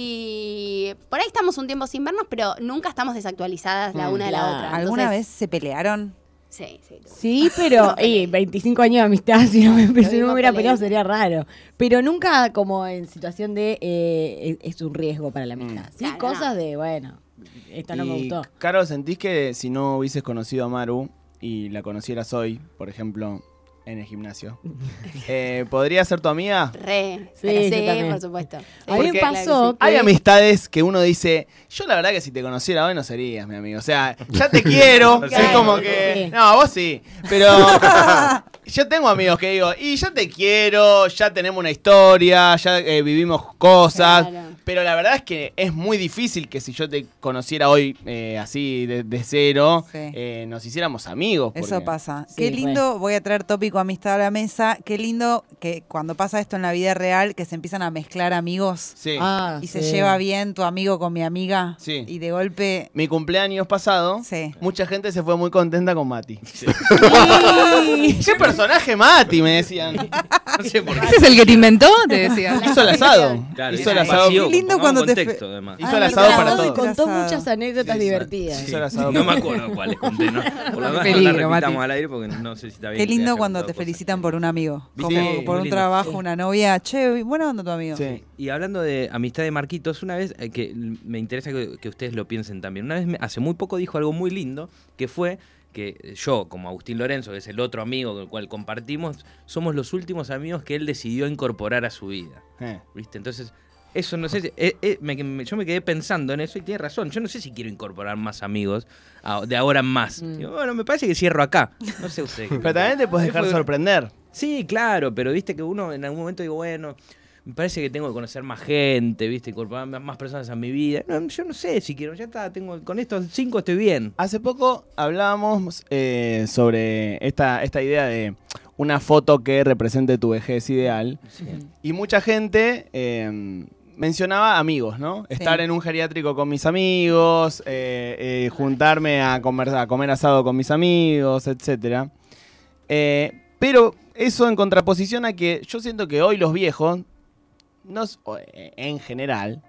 [SPEAKER 6] Y por ahí estamos un tiempo sin vernos, pero nunca estamos desactualizadas
[SPEAKER 1] Mm,
[SPEAKER 6] la una de la
[SPEAKER 9] claro.
[SPEAKER 6] otra.
[SPEAKER 5] ¿Alguna
[SPEAKER 6] Entonces-
[SPEAKER 5] vez se pelearon?
[SPEAKER 6] Sí, sí. tú.
[SPEAKER 9] Sí, pero eh, 25 años de amistad, si no me, si no me
[SPEAKER 6] mismo
[SPEAKER 9] hubiera
[SPEAKER 6] que
[SPEAKER 9] peleado
[SPEAKER 6] leí.
[SPEAKER 9] sería raro. Pero nunca como en situación de eh, es es un riesgo para la amistad. Sí,
[SPEAKER 6] Claro,
[SPEAKER 9] cosas de, bueno, esto no me
[SPEAKER 1] Y,
[SPEAKER 9] gustó.
[SPEAKER 1] Caro, ¿sentís que si no hubieses conocido a Maru y la conocieras hoy, por ejemplo, en el gimnasio, eh, ¿podría ser tu amiga?
[SPEAKER 6] Re,
[SPEAKER 9] Sí,
[SPEAKER 6] pero sí,
[SPEAKER 9] yo también.
[SPEAKER 6] por supuesto. Sí,
[SPEAKER 9] A mí me
[SPEAKER 6] porque-
[SPEAKER 9] pasó
[SPEAKER 1] Hay
[SPEAKER 9] que-
[SPEAKER 1] amistades que uno dice, yo la verdad que si te conociera hoy no serías mi amigo. O sea, ya te quiero,
[SPEAKER 7] Sí.
[SPEAKER 1] es como que...
[SPEAKER 9] Sí.
[SPEAKER 1] No, vos sí, pero... Yo tengo amigos que digo, y ya te quiero, ya tenemos una historia, ya eh, vivimos
[SPEAKER 3] Ah.
[SPEAKER 1] cosas,
[SPEAKER 6] Claro.
[SPEAKER 1] pero la verdad es que es muy difícil que si yo te conociera hoy eh, así de, de cero,
[SPEAKER 5] Sí.
[SPEAKER 1] eh, nos hiciéramos amigos.
[SPEAKER 5] Eso
[SPEAKER 1] porque-
[SPEAKER 5] pasa.
[SPEAKER 9] Sí,
[SPEAKER 5] Qué
[SPEAKER 9] re.
[SPEAKER 5] lindo, voy a traer tópico amistad a la mesa. Qué lindo que cuando pasa esto en la vida real, que se empiezan a mezclar amigos
[SPEAKER 1] Sí.
[SPEAKER 9] Ah,
[SPEAKER 5] y se
[SPEAKER 9] sí.
[SPEAKER 5] lleva bien tu amigo con mi amiga.
[SPEAKER 1] Sí.
[SPEAKER 5] Y de golpe.
[SPEAKER 1] Mi cumpleaños pasado,
[SPEAKER 5] Sí.
[SPEAKER 1] mucha gente se fue muy contenta con Mati.
[SPEAKER 9] Sí.
[SPEAKER 1] ¡Qué personaje Mati! Me decían.
[SPEAKER 7] No sé por qué.
[SPEAKER 8] ¿Ese es el que te inventó? Te decía.
[SPEAKER 1] Hizo el asado.
[SPEAKER 7] Claro,
[SPEAKER 1] hizo
[SPEAKER 7] hizo
[SPEAKER 1] el
[SPEAKER 7] el
[SPEAKER 1] asado.
[SPEAKER 7] vacío,
[SPEAKER 5] Qué lindo
[SPEAKER 7] pongamos
[SPEAKER 5] cuando te
[SPEAKER 7] contexto,
[SPEAKER 5] fe-
[SPEAKER 7] además.
[SPEAKER 1] Hizo el asado
[SPEAKER 9] Ay,
[SPEAKER 1] para
[SPEAKER 9] Carlos
[SPEAKER 1] todos.
[SPEAKER 9] contó
[SPEAKER 5] Asado.
[SPEAKER 9] muchas anécdotas divertidas.
[SPEAKER 1] Hizo el asado.
[SPEAKER 7] No me acuerdo cuáles conté, ¿no? Por lo menos no la
[SPEAKER 8] eh. Peligro,
[SPEAKER 7] repitamos
[SPEAKER 8] Mati.
[SPEAKER 7] al aire porque no sé si está bien.
[SPEAKER 5] Qué
[SPEAKER 7] que
[SPEAKER 5] lindo
[SPEAKER 7] hayamos
[SPEAKER 5] cuando
[SPEAKER 7] contado
[SPEAKER 5] te
[SPEAKER 7] cosas.
[SPEAKER 5] felicitan por un amigo.
[SPEAKER 7] ¿Viste?
[SPEAKER 5] Como
[SPEAKER 7] Sí,
[SPEAKER 5] por
[SPEAKER 7] muy
[SPEAKER 5] un
[SPEAKER 7] lindo.
[SPEAKER 5] trabajo,
[SPEAKER 7] Sí.
[SPEAKER 5] una novia. Che, buena onda tu amigo.
[SPEAKER 1] Sí.
[SPEAKER 7] Y hablando de amistad de Marquitos, una vez eh, que l- me interesa que, que ustedes lo piensen también. Una vez me- hace muy poco dijo algo muy lindo que fue que yo, como Agustín Lorenzo, que es el otro amigo con el cual compartimos, somos los últimos amigos que él decidió incorporar a su vida.
[SPEAKER 1] Eh.
[SPEAKER 7] ¿Viste? Entonces, eso no sé. si- eh, eh, me- me- yo me quedé pensando en eso y tiene razón. Yo no sé si quiero incorporar más amigos a- de ahora en más. Digo, bueno, me parece que cierro acá. No sé usted.
[SPEAKER 1] Mm. Pero también te puedes dejar
[SPEAKER 7] Fue-
[SPEAKER 1] sorprender.
[SPEAKER 7] Sí, claro, pero viste que uno en algún momento digo, bueno, me parece que tengo que conocer más gente, viste, incorporar más- más personas a mi vida. No, yo no sé si quiero, ya está, tengo, con estos cinco estoy bien.
[SPEAKER 1] Hace poco hablábamos eh, sobre esta, esta idea de una foto que represente tu vejez ideal. Y mucha gente eh, mencionaba amigos, ¿no? Estar en un geriátrico con mis amigos, eh, eh, juntarme a, comer, a comer asado con mis amigos, etc. Eh, Pero eso en contraposición a que yo siento que hoy los viejos, nos, o, eh, en general,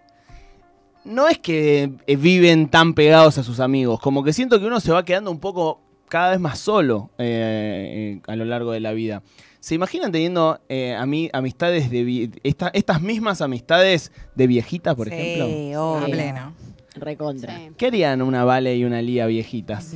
[SPEAKER 1] no es que eh, viven tan pegados a sus amigos, como que siento que uno se va quedando un poco cada vez más solo eh, eh, a lo largo de la vida. ¿Se imaginan teniendo eh, ami- amistades de vi- esta- estas mismas amistades de viejitas, por ejemplo?
[SPEAKER 5] Sí, obvio.
[SPEAKER 8] A pleno.
[SPEAKER 9] Recontra.
[SPEAKER 3] Ah.
[SPEAKER 6] Sí.
[SPEAKER 1] ¿Qué harían una Vale y una Lía viejitas?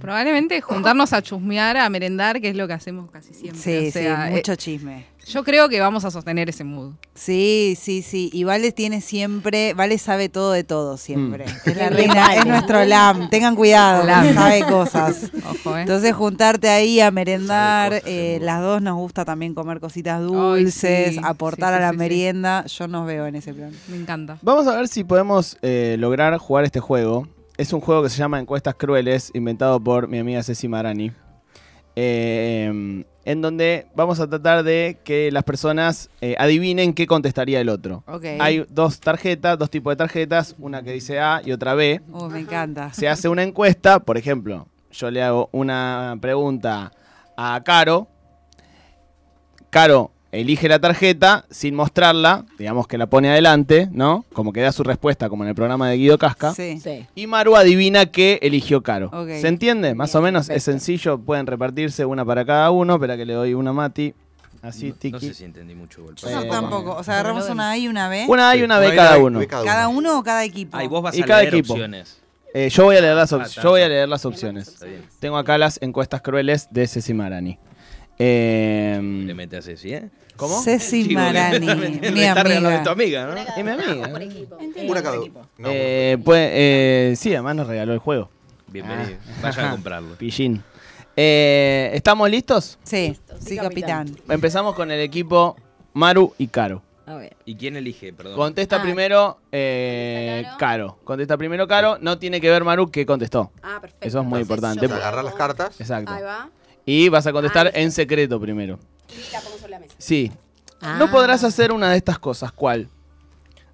[SPEAKER 8] Probablemente juntarnos a chusmear, a merendar, que es lo que hacemos casi siempre.
[SPEAKER 5] Sí,
[SPEAKER 8] O sea,
[SPEAKER 5] sí,
[SPEAKER 8] eh,
[SPEAKER 5] mucho chisme.
[SPEAKER 8] yo creo que vamos a sostener ese mood.
[SPEAKER 5] Sí, sí, sí. Y Vale tiene siempre, Vale sabe todo de todo siempre.
[SPEAKER 7] Mm.
[SPEAKER 5] Es la
[SPEAKER 9] Bien,
[SPEAKER 5] reina,
[SPEAKER 9] Vale.
[SPEAKER 5] es nuestro LAM. Tengan cuidado,
[SPEAKER 8] Lam.
[SPEAKER 5] sabe cosas.
[SPEAKER 8] Ojo, ¿eh?
[SPEAKER 5] Entonces juntarte ahí a merendar,
[SPEAKER 7] Sabe cosas,
[SPEAKER 5] eh,
[SPEAKER 7] seguro.
[SPEAKER 5] las dos nos gusta también comer cositas dulces,
[SPEAKER 8] sí,
[SPEAKER 5] aportar
[SPEAKER 8] sí,
[SPEAKER 5] a
[SPEAKER 8] sí,
[SPEAKER 5] la
[SPEAKER 8] sí, sí.
[SPEAKER 5] merienda, yo nos veo en ese plan.
[SPEAKER 8] Me encanta.
[SPEAKER 1] Vamos a ver si podemos eh, lograr jugar este juego. Es un juego que se llama Encuestas Crueles, inventado por mi amiga Ceci Marani. Eh, en donde vamos a tratar de que las personas eh, adivinen qué contestaría el otro.
[SPEAKER 5] Ok.
[SPEAKER 1] Hay dos tarjetas, dos tipos de tarjetas, una que dice A y otra B.
[SPEAKER 5] Oh, me encanta.
[SPEAKER 1] Se hace una encuesta, por ejemplo, yo le hago una pregunta a Caro. Caro elige la tarjeta sin mostrarla, digamos que la pone adelante, ¿no? Como que da su respuesta, como en el programa de Guido Casca.
[SPEAKER 5] Sí.
[SPEAKER 9] Sí.
[SPEAKER 1] Y Maru adivina qué eligió Caro.
[SPEAKER 5] Ok.
[SPEAKER 1] ¿Se entiende? Más o
[SPEAKER 9] Bien,
[SPEAKER 1] menos es
[SPEAKER 9] perfecto.
[SPEAKER 1] sencillo, pueden repartirse una para cada uno, pero que le doy una a Mati. Así,
[SPEAKER 7] no,
[SPEAKER 1] tiki.
[SPEAKER 7] no sé si entendí mucho. el
[SPEAKER 5] Yo
[SPEAKER 1] Eh,
[SPEAKER 5] no tampoco. O sea,
[SPEAKER 9] no
[SPEAKER 5] agarramos
[SPEAKER 9] lo
[SPEAKER 5] una A y una B.
[SPEAKER 1] Una A y una B
[SPEAKER 3] No,
[SPEAKER 1] cada
[SPEAKER 3] hay-
[SPEAKER 1] uno.
[SPEAKER 3] hay cada
[SPEAKER 5] ¿Cada uno o cada equipo?
[SPEAKER 7] Ah, y vos vas
[SPEAKER 1] Y
[SPEAKER 7] a
[SPEAKER 1] cada
[SPEAKER 7] leer
[SPEAKER 1] equipo.
[SPEAKER 7] opciones.
[SPEAKER 1] Eh, yo voy a leer las, op-
[SPEAKER 7] Ah, está,
[SPEAKER 1] yo voy a
[SPEAKER 7] está.
[SPEAKER 1] leer las
[SPEAKER 6] Tenemos
[SPEAKER 1] opciones.
[SPEAKER 7] Está bien.
[SPEAKER 1] Tengo acá las encuestas crueles de Ceci Marani. Eh,
[SPEAKER 7] Le metes así, ¿eh?
[SPEAKER 1] ¿Cómo?
[SPEAKER 5] Ceci Marani, mi
[SPEAKER 7] de tu
[SPEAKER 5] amiga.
[SPEAKER 7] amiga, ¿no?
[SPEAKER 1] Es mi amiga.
[SPEAKER 6] Por equipo.
[SPEAKER 3] Una cada uno. No,
[SPEAKER 1] Eh, pues, eh, sí, además nos regaló el juego.
[SPEAKER 7] Bienvenido. Vayan Ah. a comprarlo.
[SPEAKER 1] Pillín. Eh, ¿Estamos listos?
[SPEAKER 5] Sí, sí,
[SPEAKER 9] Sí,
[SPEAKER 5] capitán.
[SPEAKER 9] capitán.
[SPEAKER 1] Empezamos con el equipo Maru y Caro.
[SPEAKER 9] A ver.
[SPEAKER 7] ¿Y quién elige? Perdón.
[SPEAKER 1] Contesta
[SPEAKER 6] Ah.
[SPEAKER 1] primero eh,
[SPEAKER 6] ¿Contesta
[SPEAKER 1] Caro. Contesta primero Caro. No tiene que ver Maru que contestó.
[SPEAKER 6] Ah, perfecto.
[SPEAKER 1] Eso es muy
[SPEAKER 6] Entonces,
[SPEAKER 1] importante.
[SPEAKER 6] yo
[SPEAKER 3] o sea, agarrar las cartas.
[SPEAKER 1] Exacto.
[SPEAKER 6] Ahí va.
[SPEAKER 1] Y vas a contestar
[SPEAKER 6] Ah, listo.
[SPEAKER 1] en secreto primero.
[SPEAKER 6] Y la pongo sobre la mesa.
[SPEAKER 1] Sí. No podrás hacer una de estas cosas. ¿Cuál?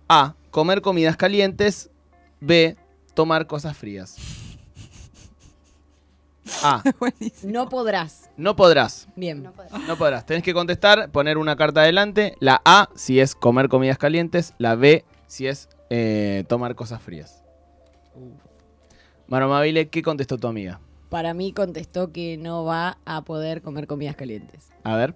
[SPEAKER 1] A. Comer comidas calientes. B. Tomar cosas frías. A.
[SPEAKER 9] No podrás.
[SPEAKER 1] No podrás.
[SPEAKER 9] Bien.
[SPEAKER 6] No podés.
[SPEAKER 1] No podrás. Tenés que contestar, poner una carta adelante. La A si es comer comidas calientes. La B si es eh, tomar cosas frías. Maro Mabile, ¿qué contestó tu amiga?
[SPEAKER 9] Para mí contestó que no va a poder comer comidas calientes.
[SPEAKER 1] A ver.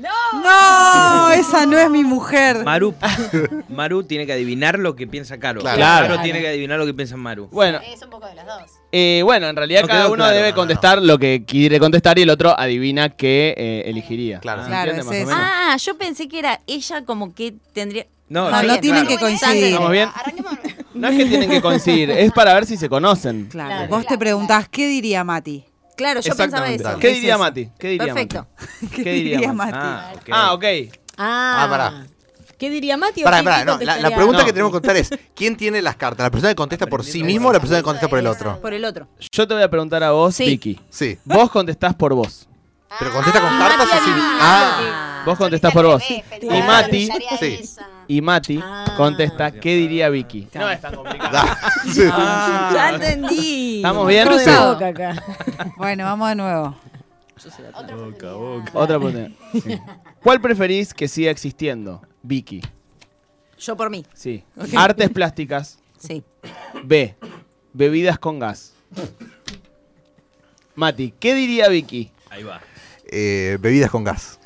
[SPEAKER 5] No, esa no es mi mujer.
[SPEAKER 7] Maru, Maru tiene que adivinar lo que piensa Caro.
[SPEAKER 3] Claro.
[SPEAKER 7] Caro
[SPEAKER 1] Claro.
[SPEAKER 7] tiene que adivinar lo que piensa Maru.
[SPEAKER 1] Bueno,
[SPEAKER 6] Es un poco de las dos.
[SPEAKER 1] eh, bueno en realidad
[SPEAKER 7] No
[SPEAKER 1] cada
[SPEAKER 7] quedó
[SPEAKER 1] uno
[SPEAKER 7] claro,
[SPEAKER 1] debe
[SPEAKER 3] no, no,
[SPEAKER 1] contestar lo que quiere contestar y el otro adivina qué eh, elegiría.
[SPEAKER 3] Claro.
[SPEAKER 1] ¿Se
[SPEAKER 5] Claro,
[SPEAKER 1] entiende
[SPEAKER 5] es
[SPEAKER 1] más o
[SPEAKER 5] eso.
[SPEAKER 1] menos?
[SPEAKER 2] Ah, yo pensé que era ella como que tendría.
[SPEAKER 7] No,
[SPEAKER 5] No,
[SPEAKER 7] sí,
[SPEAKER 5] no tienen
[SPEAKER 7] claro.
[SPEAKER 5] que
[SPEAKER 6] Bueno,
[SPEAKER 5] coincidir.
[SPEAKER 1] Estamos bien.
[SPEAKER 6] Arranquemos.
[SPEAKER 1] No es que tienen que coincidir, es para ver si se conocen.
[SPEAKER 5] Claro.
[SPEAKER 2] Claro,
[SPEAKER 5] Vos te
[SPEAKER 6] claro,
[SPEAKER 5] preguntás, ¿qué diría Mati?
[SPEAKER 2] Claro, yo pensaba
[SPEAKER 1] Exactamente.
[SPEAKER 2] eso.
[SPEAKER 1] ¿Qué
[SPEAKER 5] Es
[SPEAKER 1] diría
[SPEAKER 5] eso.
[SPEAKER 1] Mati? ¿Qué diría
[SPEAKER 2] Perfecto.
[SPEAKER 1] Mati? ¿Qué diría Mati?
[SPEAKER 7] Ah, ok.
[SPEAKER 1] Ah, ok.
[SPEAKER 9] Ah,
[SPEAKER 3] Ah, pará.
[SPEAKER 9] ¿Qué diría Mati? o
[SPEAKER 3] Pará,
[SPEAKER 9] qué-
[SPEAKER 3] pará,
[SPEAKER 9] qué
[SPEAKER 3] no, la, la
[SPEAKER 9] contestaría?
[SPEAKER 3] pregunta
[SPEAKER 1] No.
[SPEAKER 3] que tenemos que contestar es, ¿quién tiene las cartas? ¿La persona que contesta por sí mismo o la persona que contesta por el otro?
[SPEAKER 2] Por el otro.
[SPEAKER 1] Yo te voy a preguntar a vos,
[SPEAKER 2] Sí.
[SPEAKER 1] Vicky.
[SPEAKER 3] Sí,
[SPEAKER 1] Vos contestás por vos.
[SPEAKER 3] pero contesta con cartas o sin... Ah,
[SPEAKER 1] Vos contestás por vos.
[SPEAKER 6] eh,
[SPEAKER 1] Y Mati,
[SPEAKER 3] Sí.
[SPEAKER 1] y Mati
[SPEAKER 9] Ah.
[SPEAKER 1] contesta, ¿qué diría Vicky? No es tan
[SPEAKER 3] da. Sí.
[SPEAKER 9] Ya entendí.
[SPEAKER 1] ¿Estamos bien?
[SPEAKER 9] Todo de
[SPEAKER 1] Sí.
[SPEAKER 9] boca acá.
[SPEAKER 5] Bueno, vamos de nuevo.
[SPEAKER 1] Otra pregunta. Sí. ¿Cuál preferís que siga existiendo? Vicky.
[SPEAKER 2] Yo por mí.
[SPEAKER 1] Sí. Artes plásticas.
[SPEAKER 2] Sí.
[SPEAKER 1] B. Bebidas con gas. Mati, ¿qué diría Vicky?
[SPEAKER 7] Ahí va.
[SPEAKER 3] Eh, bebidas con gas.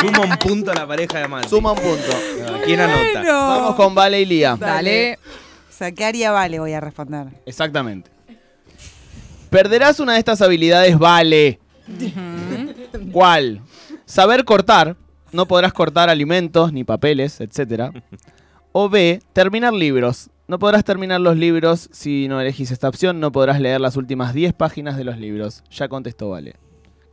[SPEAKER 7] Suma un punto a la pareja de Mati.
[SPEAKER 1] Suma un punto.
[SPEAKER 7] ¿Quién anota?
[SPEAKER 1] Vamos con Vale y Lía.
[SPEAKER 8] Dale.
[SPEAKER 5] O sea, ¿qué haría Vale? Voy a responder.
[SPEAKER 1] Exactamente. Perderás una de estas habilidades, vale. ¿Cuál? Saber cortar. No podrás cortar alimentos, ni papeles, etc. O B, terminar libros. No podrás terminar los libros si no elegís esta opción. No podrás leer las últimas 10 páginas de los libros. Ya contestó Vale.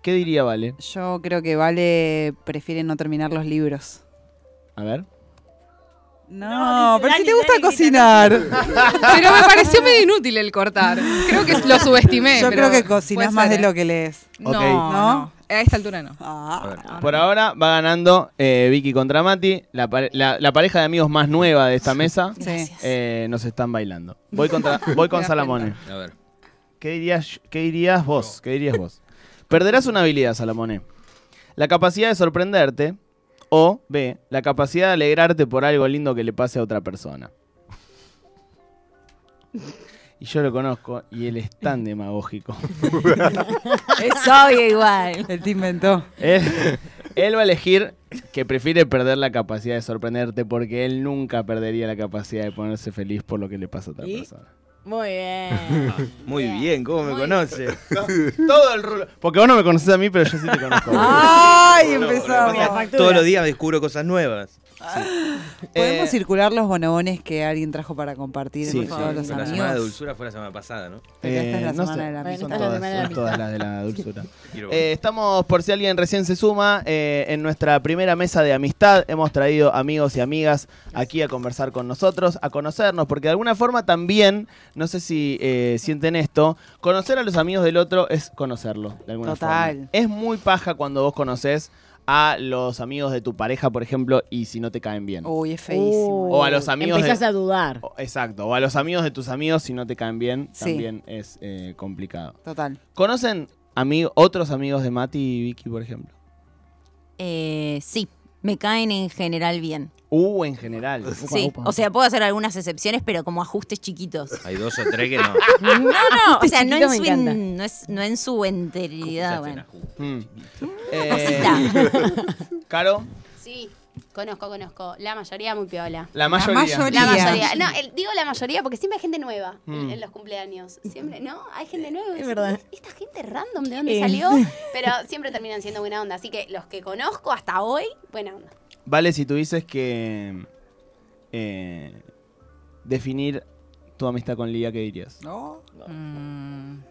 [SPEAKER 1] ¿Qué diría Vale?
[SPEAKER 5] Yo creo que Vale prefiere no terminar los libros.
[SPEAKER 1] A ver.
[SPEAKER 5] No, pero si te gusta cocinar.
[SPEAKER 8] Pero me pareció medio inútil el cortar. Creo que lo subestimé.
[SPEAKER 5] Yo
[SPEAKER 8] pero
[SPEAKER 5] creo que cocinas
[SPEAKER 8] puede
[SPEAKER 5] más de
[SPEAKER 8] ser,
[SPEAKER 5] lo
[SPEAKER 8] ¿eh?
[SPEAKER 5] que lees.
[SPEAKER 8] No,
[SPEAKER 1] Ok.
[SPEAKER 8] no. A esta altura no.
[SPEAKER 7] Ah,
[SPEAKER 1] Por ahora va ganando eh, Vicky contra Mati. La, pare- la- la pareja de amigos más nueva de esta mesa
[SPEAKER 5] Gracias.
[SPEAKER 1] eh, nos están bailando. Voy, contra, voy con
[SPEAKER 8] Me das
[SPEAKER 1] Salamone.
[SPEAKER 7] A ver.
[SPEAKER 1] ¿Qué dirías, qué dirías vos? ¿Qué dirías vos? Perderás una habilidad, Salamoné. La capacidad de sorprenderte. O, B, la capacidad de alegrarte por algo lindo que le pase a otra persona. Y yo lo conozco y él es tan demagógico.
[SPEAKER 2] Es obvio igual.
[SPEAKER 5] Él te inventó.
[SPEAKER 1] Él, él va a elegir que prefiere perder la capacidad de sorprenderte porque él nunca perdería la capacidad de ponerse feliz por lo que le pasa a otra
[SPEAKER 9] ¿Y?
[SPEAKER 1] persona.
[SPEAKER 9] Muy bien.
[SPEAKER 7] Muy bien, ¿cómo me
[SPEAKER 6] Muy
[SPEAKER 7] conoce?
[SPEAKER 1] Todo el rulo. Porque vos no me conoces a mí, pero yo sí te conozco.
[SPEAKER 9] Ah,
[SPEAKER 5] ¡Ay!
[SPEAKER 9] La
[SPEAKER 5] Empezamos.
[SPEAKER 9] factura.
[SPEAKER 7] Todos los días descubro cosas nuevas.
[SPEAKER 1] Eh,
[SPEAKER 5] ¿Podemos circular los bonobones que alguien trajo para compartir
[SPEAKER 1] Sí,
[SPEAKER 5] con
[SPEAKER 1] sí,
[SPEAKER 5] todos
[SPEAKER 1] sí,
[SPEAKER 5] los
[SPEAKER 1] con
[SPEAKER 7] la semana de
[SPEAKER 5] amigos?
[SPEAKER 7] dulzura fue la semana pasada, ¿no?
[SPEAKER 5] Pero esta es la
[SPEAKER 1] Eh, no
[SPEAKER 5] semana
[SPEAKER 1] sé,
[SPEAKER 5] de la
[SPEAKER 9] Bueno,
[SPEAKER 1] son
[SPEAKER 9] esta es la
[SPEAKER 1] todas,
[SPEAKER 9] semana de la
[SPEAKER 1] son todas las de la dulzura.
[SPEAKER 7] Quiero-
[SPEAKER 1] Eh, estamos, por si alguien recién se suma, eh, en nuestra primera mesa de amistad. Hemos traído amigos y amigas aquí a conversar con nosotros, a conocernos, porque de alguna forma también, no sé si eh, sienten esto, conocer a los amigos del otro es conocerlo, de alguna
[SPEAKER 5] Total.
[SPEAKER 1] forma. Es muy paja cuando vos conoces a los amigos de tu pareja, por ejemplo, y si no te caen bien.
[SPEAKER 5] Uy, es feísimo.
[SPEAKER 1] O a los amigos
[SPEAKER 9] Em, Empezás
[SPEAKER 1] de-
[SPEAKER 9] a dudar.
[SPEAKER 1] O- Exacto, o a los amigos de tus amigos si no te caen bien,
[SPEAKER 5] Sí.
[SPEAKER 1] también es eh, complicado.
[SPEAKER 5] Total.
[SPEAKER 1] ¿Conocen ami- otros amigos de Mati y Vicky, por ejemplo?
[SPEAKER 2] Eh, sí, me caen en general bien.
[SPEAKER 1] Uh, en general.
[SPEAKER 2] Sí, o sea, puedo hacer algunas excepciones, pero como ajustes chiquitos.
[SPEAKER 7] Hay dos o tres que no.
[SPEAKER 2] No, no, o sea, no
[SPEAKER 9] chiquito
[SPEAKER 2] en,
[SPEAKER 9] me
[SPEAKER 2] su
[SPEAKER 9] encanta.
[SPEAKER 2] en- no, es, no en su enteridad, bueno.
[SPEAKER 1] Mm.
[SPEAKER 2] Así
[SPEAKER 1] Eh,
[SPEAKER 2] está.
[SPEAKER 1] Caro,
[SPEAKER 6] Sí, conozco, conozco. La mayoría muy piola.
[SPEAKER 1] la mayoría.
[SPEAKER 5] mayoría.
[SPEAKER 6] La
[SPEAKER 5] Bien.
[SPEAKER 6] mayoría. No, el- digo la mayoría porque siempre hay gente nueva
[SPEAKER 1] Mm.
[SPEAKER 6] en, en los cumpleaños. Siempre, ¿no? Hay gente nueva. y decís,
[SPEAKER 9] verdad.
[SPEAKER 6] Esta gente random, ¿de dónde
[SPEAKER 9] Eh.
[SPEAKER 6] salió? Pero siempre terminan siendo buena onda. Así que los que conozco hasta hoy, buena onda.
[SPEAKER 1] Vale, si tú dices que eh, definir tu amistad con Lía, ¿qué dirías?
[SPEAKER 5] ¿No?
[SPEAKER 8] Mm,